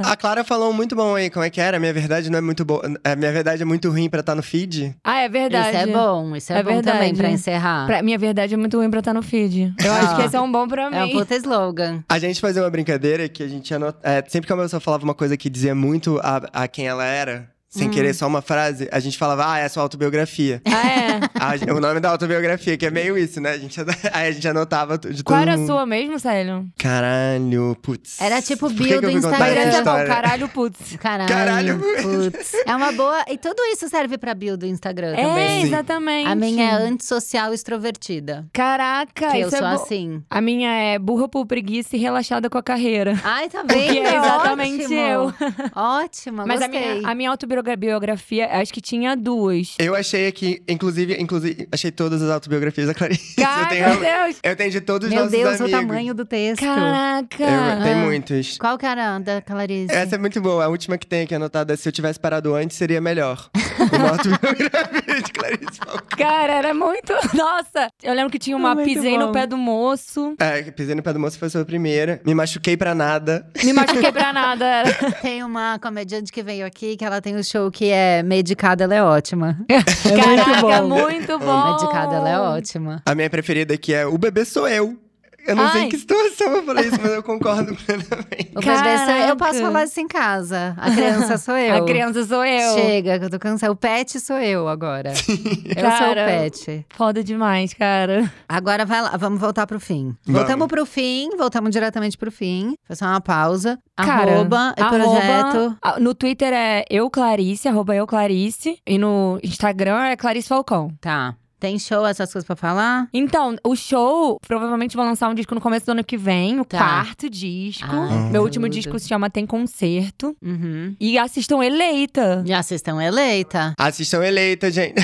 Nossa!
A Clara falou um muito bom aí, como é que era? Minha verdade não é muito boa. A minha verdade é muito ruim pra estar no feed.
Ah, é
Isso
verdade.
é bom, isso é,
É
bom também
verdade.
pra encerrar. lá.
Pra- minha verdade é muito ruim pra estar no feed. Eu acho
Ah.
que esse é um bom pra
É um
mim.
puta slogan.
A gente fazia uma brincadeira que a gente anota... é, sempre que uma pessoa falava uma coisa que dizia muito a, a quem ela era,
Hum.
sem querer só uma frase, a gente falava, ah, é a sua autobiografia.
Ah, é.
A gen- o nome da autobiografia, que é meio isso, né? A gente, an- aí a gente anotava tu- de
Qual
todo
era a
mundo.
sua mesmo, Célio?
Caralho, putz.
Era tipo
Por
bio
que que
do
eu vim contar
Instagram. é
essa
Parece não,
história?
caralho, putz.
Caralho.
Caralho.
Putz. É uma boa. E tudo isso serve pra bio do Instagram
É,
também.
Sim.
exatamente.
A minha é antissocial extrovertida.
Caraca,
que eu
isso
sou
é bo-
assim.
A minha é burra por preguiça e relaxada com a carreira.
Ai, tá vendo?
que é exatamente
Ótimo.
eu.
Ótima,
Mas a
gostei.
minha, a minha autobiografia, acho que tinha duas.
Eu achei aqui, inclusive, inclusive, achei todas as autobiografias da Clarice. eu,
Cara, meu
tenho,
Deus!
eu tenho de todos os
Meu
nossos
Deus,
amigos.
o tamanho do texto.
Caraca!
Eu, tem
Ah.
muitos.
Qual que era a da Clarice?
Essa é muito boa. A última que tem aqui anotada, se eu tivesse parado antes, seria melhor. Uma autobiografia de Clarice Falcão.
Cara, era muito. Nossa! Eu lembro que tinha uma
Muito
pisei
bom.
no pé do moço.
É, pisei no pé do moço foi a sua primeira. Me machuquei pra nada.
Me machuquei pra nada. era.
é
Tem uma comediante que veio aqui que ela tem um show que é Medicada, ela é ótima.
Caraca, muito bom.
Medicada, ela é ótima.
A minha preferida aqui é O Bebê Sou Eu. Eu não sei
Ai.
em que situação eu falei isso, mas eu concordo plenamente.
O bebê sou eu. Eu posso
Caraca.
falar isso em casa. é um A criança sou eu.
A criança sou eu.
Chega, que eu tô cansada. O pet sou eu agora. eu sou o
Cara.
pet.
Foda demais, cara.
Agora vai lá, vamos voltar pro fim.
Vamos.
Voltamos pro fim, voltamos diretamente pro fim. Foi só uma pausa.
Cara,
arroba, e
arroba-
projeto.
Ah, No Twitter é eu Clarice, arroba eu Clarice. E no Instagram é Clarice Falcão.
Tá. Tem show, essas coisas pra falar?
Então, o show provavelmente vou lançar um disco no começo do ano que vem, o
Tá.
quarto disco.
Ah,
Meu último
tudo.
disco se chama Tem Concerto.
Uhum.
E assistam Eleita.
Já vocês estão eleita.
Assistam Eleita, gente.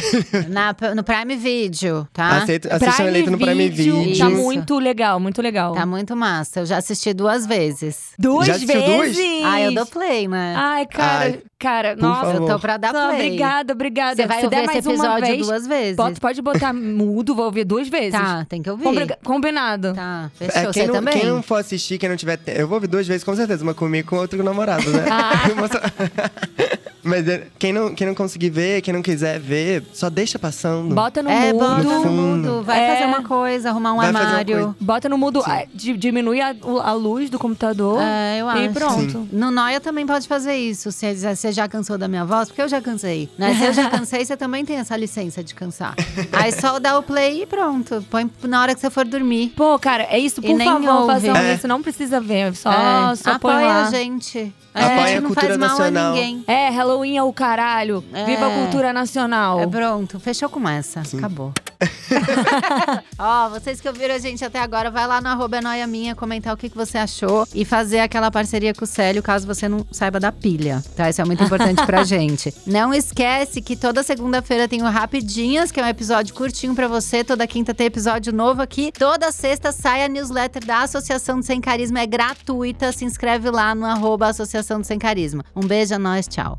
Na- no Prime Video, tá?
Aceito, assistam Eleita no Prime Video.
Tá
Isso.
muito legal, muito legal.
Tá muito massa. Eu já assisti duas vezes.
Duas
Já assistiu duas?
vezes!
Ah, eu dou play, né?
Ai, cara,
Ai,
cara,
por
nossa.
eu
favor.
tô pra dar
Não,
play.
Obrigada, obrigada.
Você vai
Se der
ouvir
mais
esse
uma
episódio
vez,
duas vezes.
bota- pode botar mudo, vou ouvir duas vezes.
Tá, tem que ouvir.
Combri- Combinado.
Tá,
É,
fechou.
quem,
Você
não,
também?
quem não for assistir, quem não tiver. te- Eu vou ouvir duas vezes, com certeza, uma comigo e com outro namorado, né?
Ah.
Uma só- Mas é, quem não, quem não conseguir ver, quem não quiser ver, só deixa passando.
Bota no
é, bota
No
no
mudo.
fundo.
mundo. Vai
É.
fazer uma coisa, arrumar um
Vai fazer uma
armário.
coisa.
Bota no mudo, ah, di- diminui a, o- a luz do computador.
É, eu
E
acho.
pronto.
No Noia também pode fazer isso. Se você já cansou da minha voz, porque eu já cansei. Né? Se eu já cansei, você também tem essa licença de cansar. Aí só dá o play e pronto. Põe na hora que você for dormir.
Pô, cara, é isso,
E
por
nem
favor,
ouve.
façam
É.
isso. Não precisa ver, só,
É.
só põe
Apoia
lá.
a gente. É, A
Apoia
gente
a
não
cultura
faz mal a
nacional.
ninguém.
É, Halloween é o caralho.
É.
Viva a cultura nacional.
É, pronto, fechou com essa. Acabou. Ó, vocês que ouviram a gente até agora, vai lá no arroba é Noia Minha comentar o que, que você achou e fazer aquela parceria com o Célio, caso você não saiba da pilha, tá? Isso é muito importante pra gente. Não esquece que toda segunda-feira tem o Rapidinhas, que é um episódio curtinho pra você. Toda quinta tem episódio novo aqui. Toda sexta sai a newsletter da Associação do Sem Carisma. É gratuita. Se inscreve lá no arroba Associação do Sem Carisma. Um beijo a nós, tchau.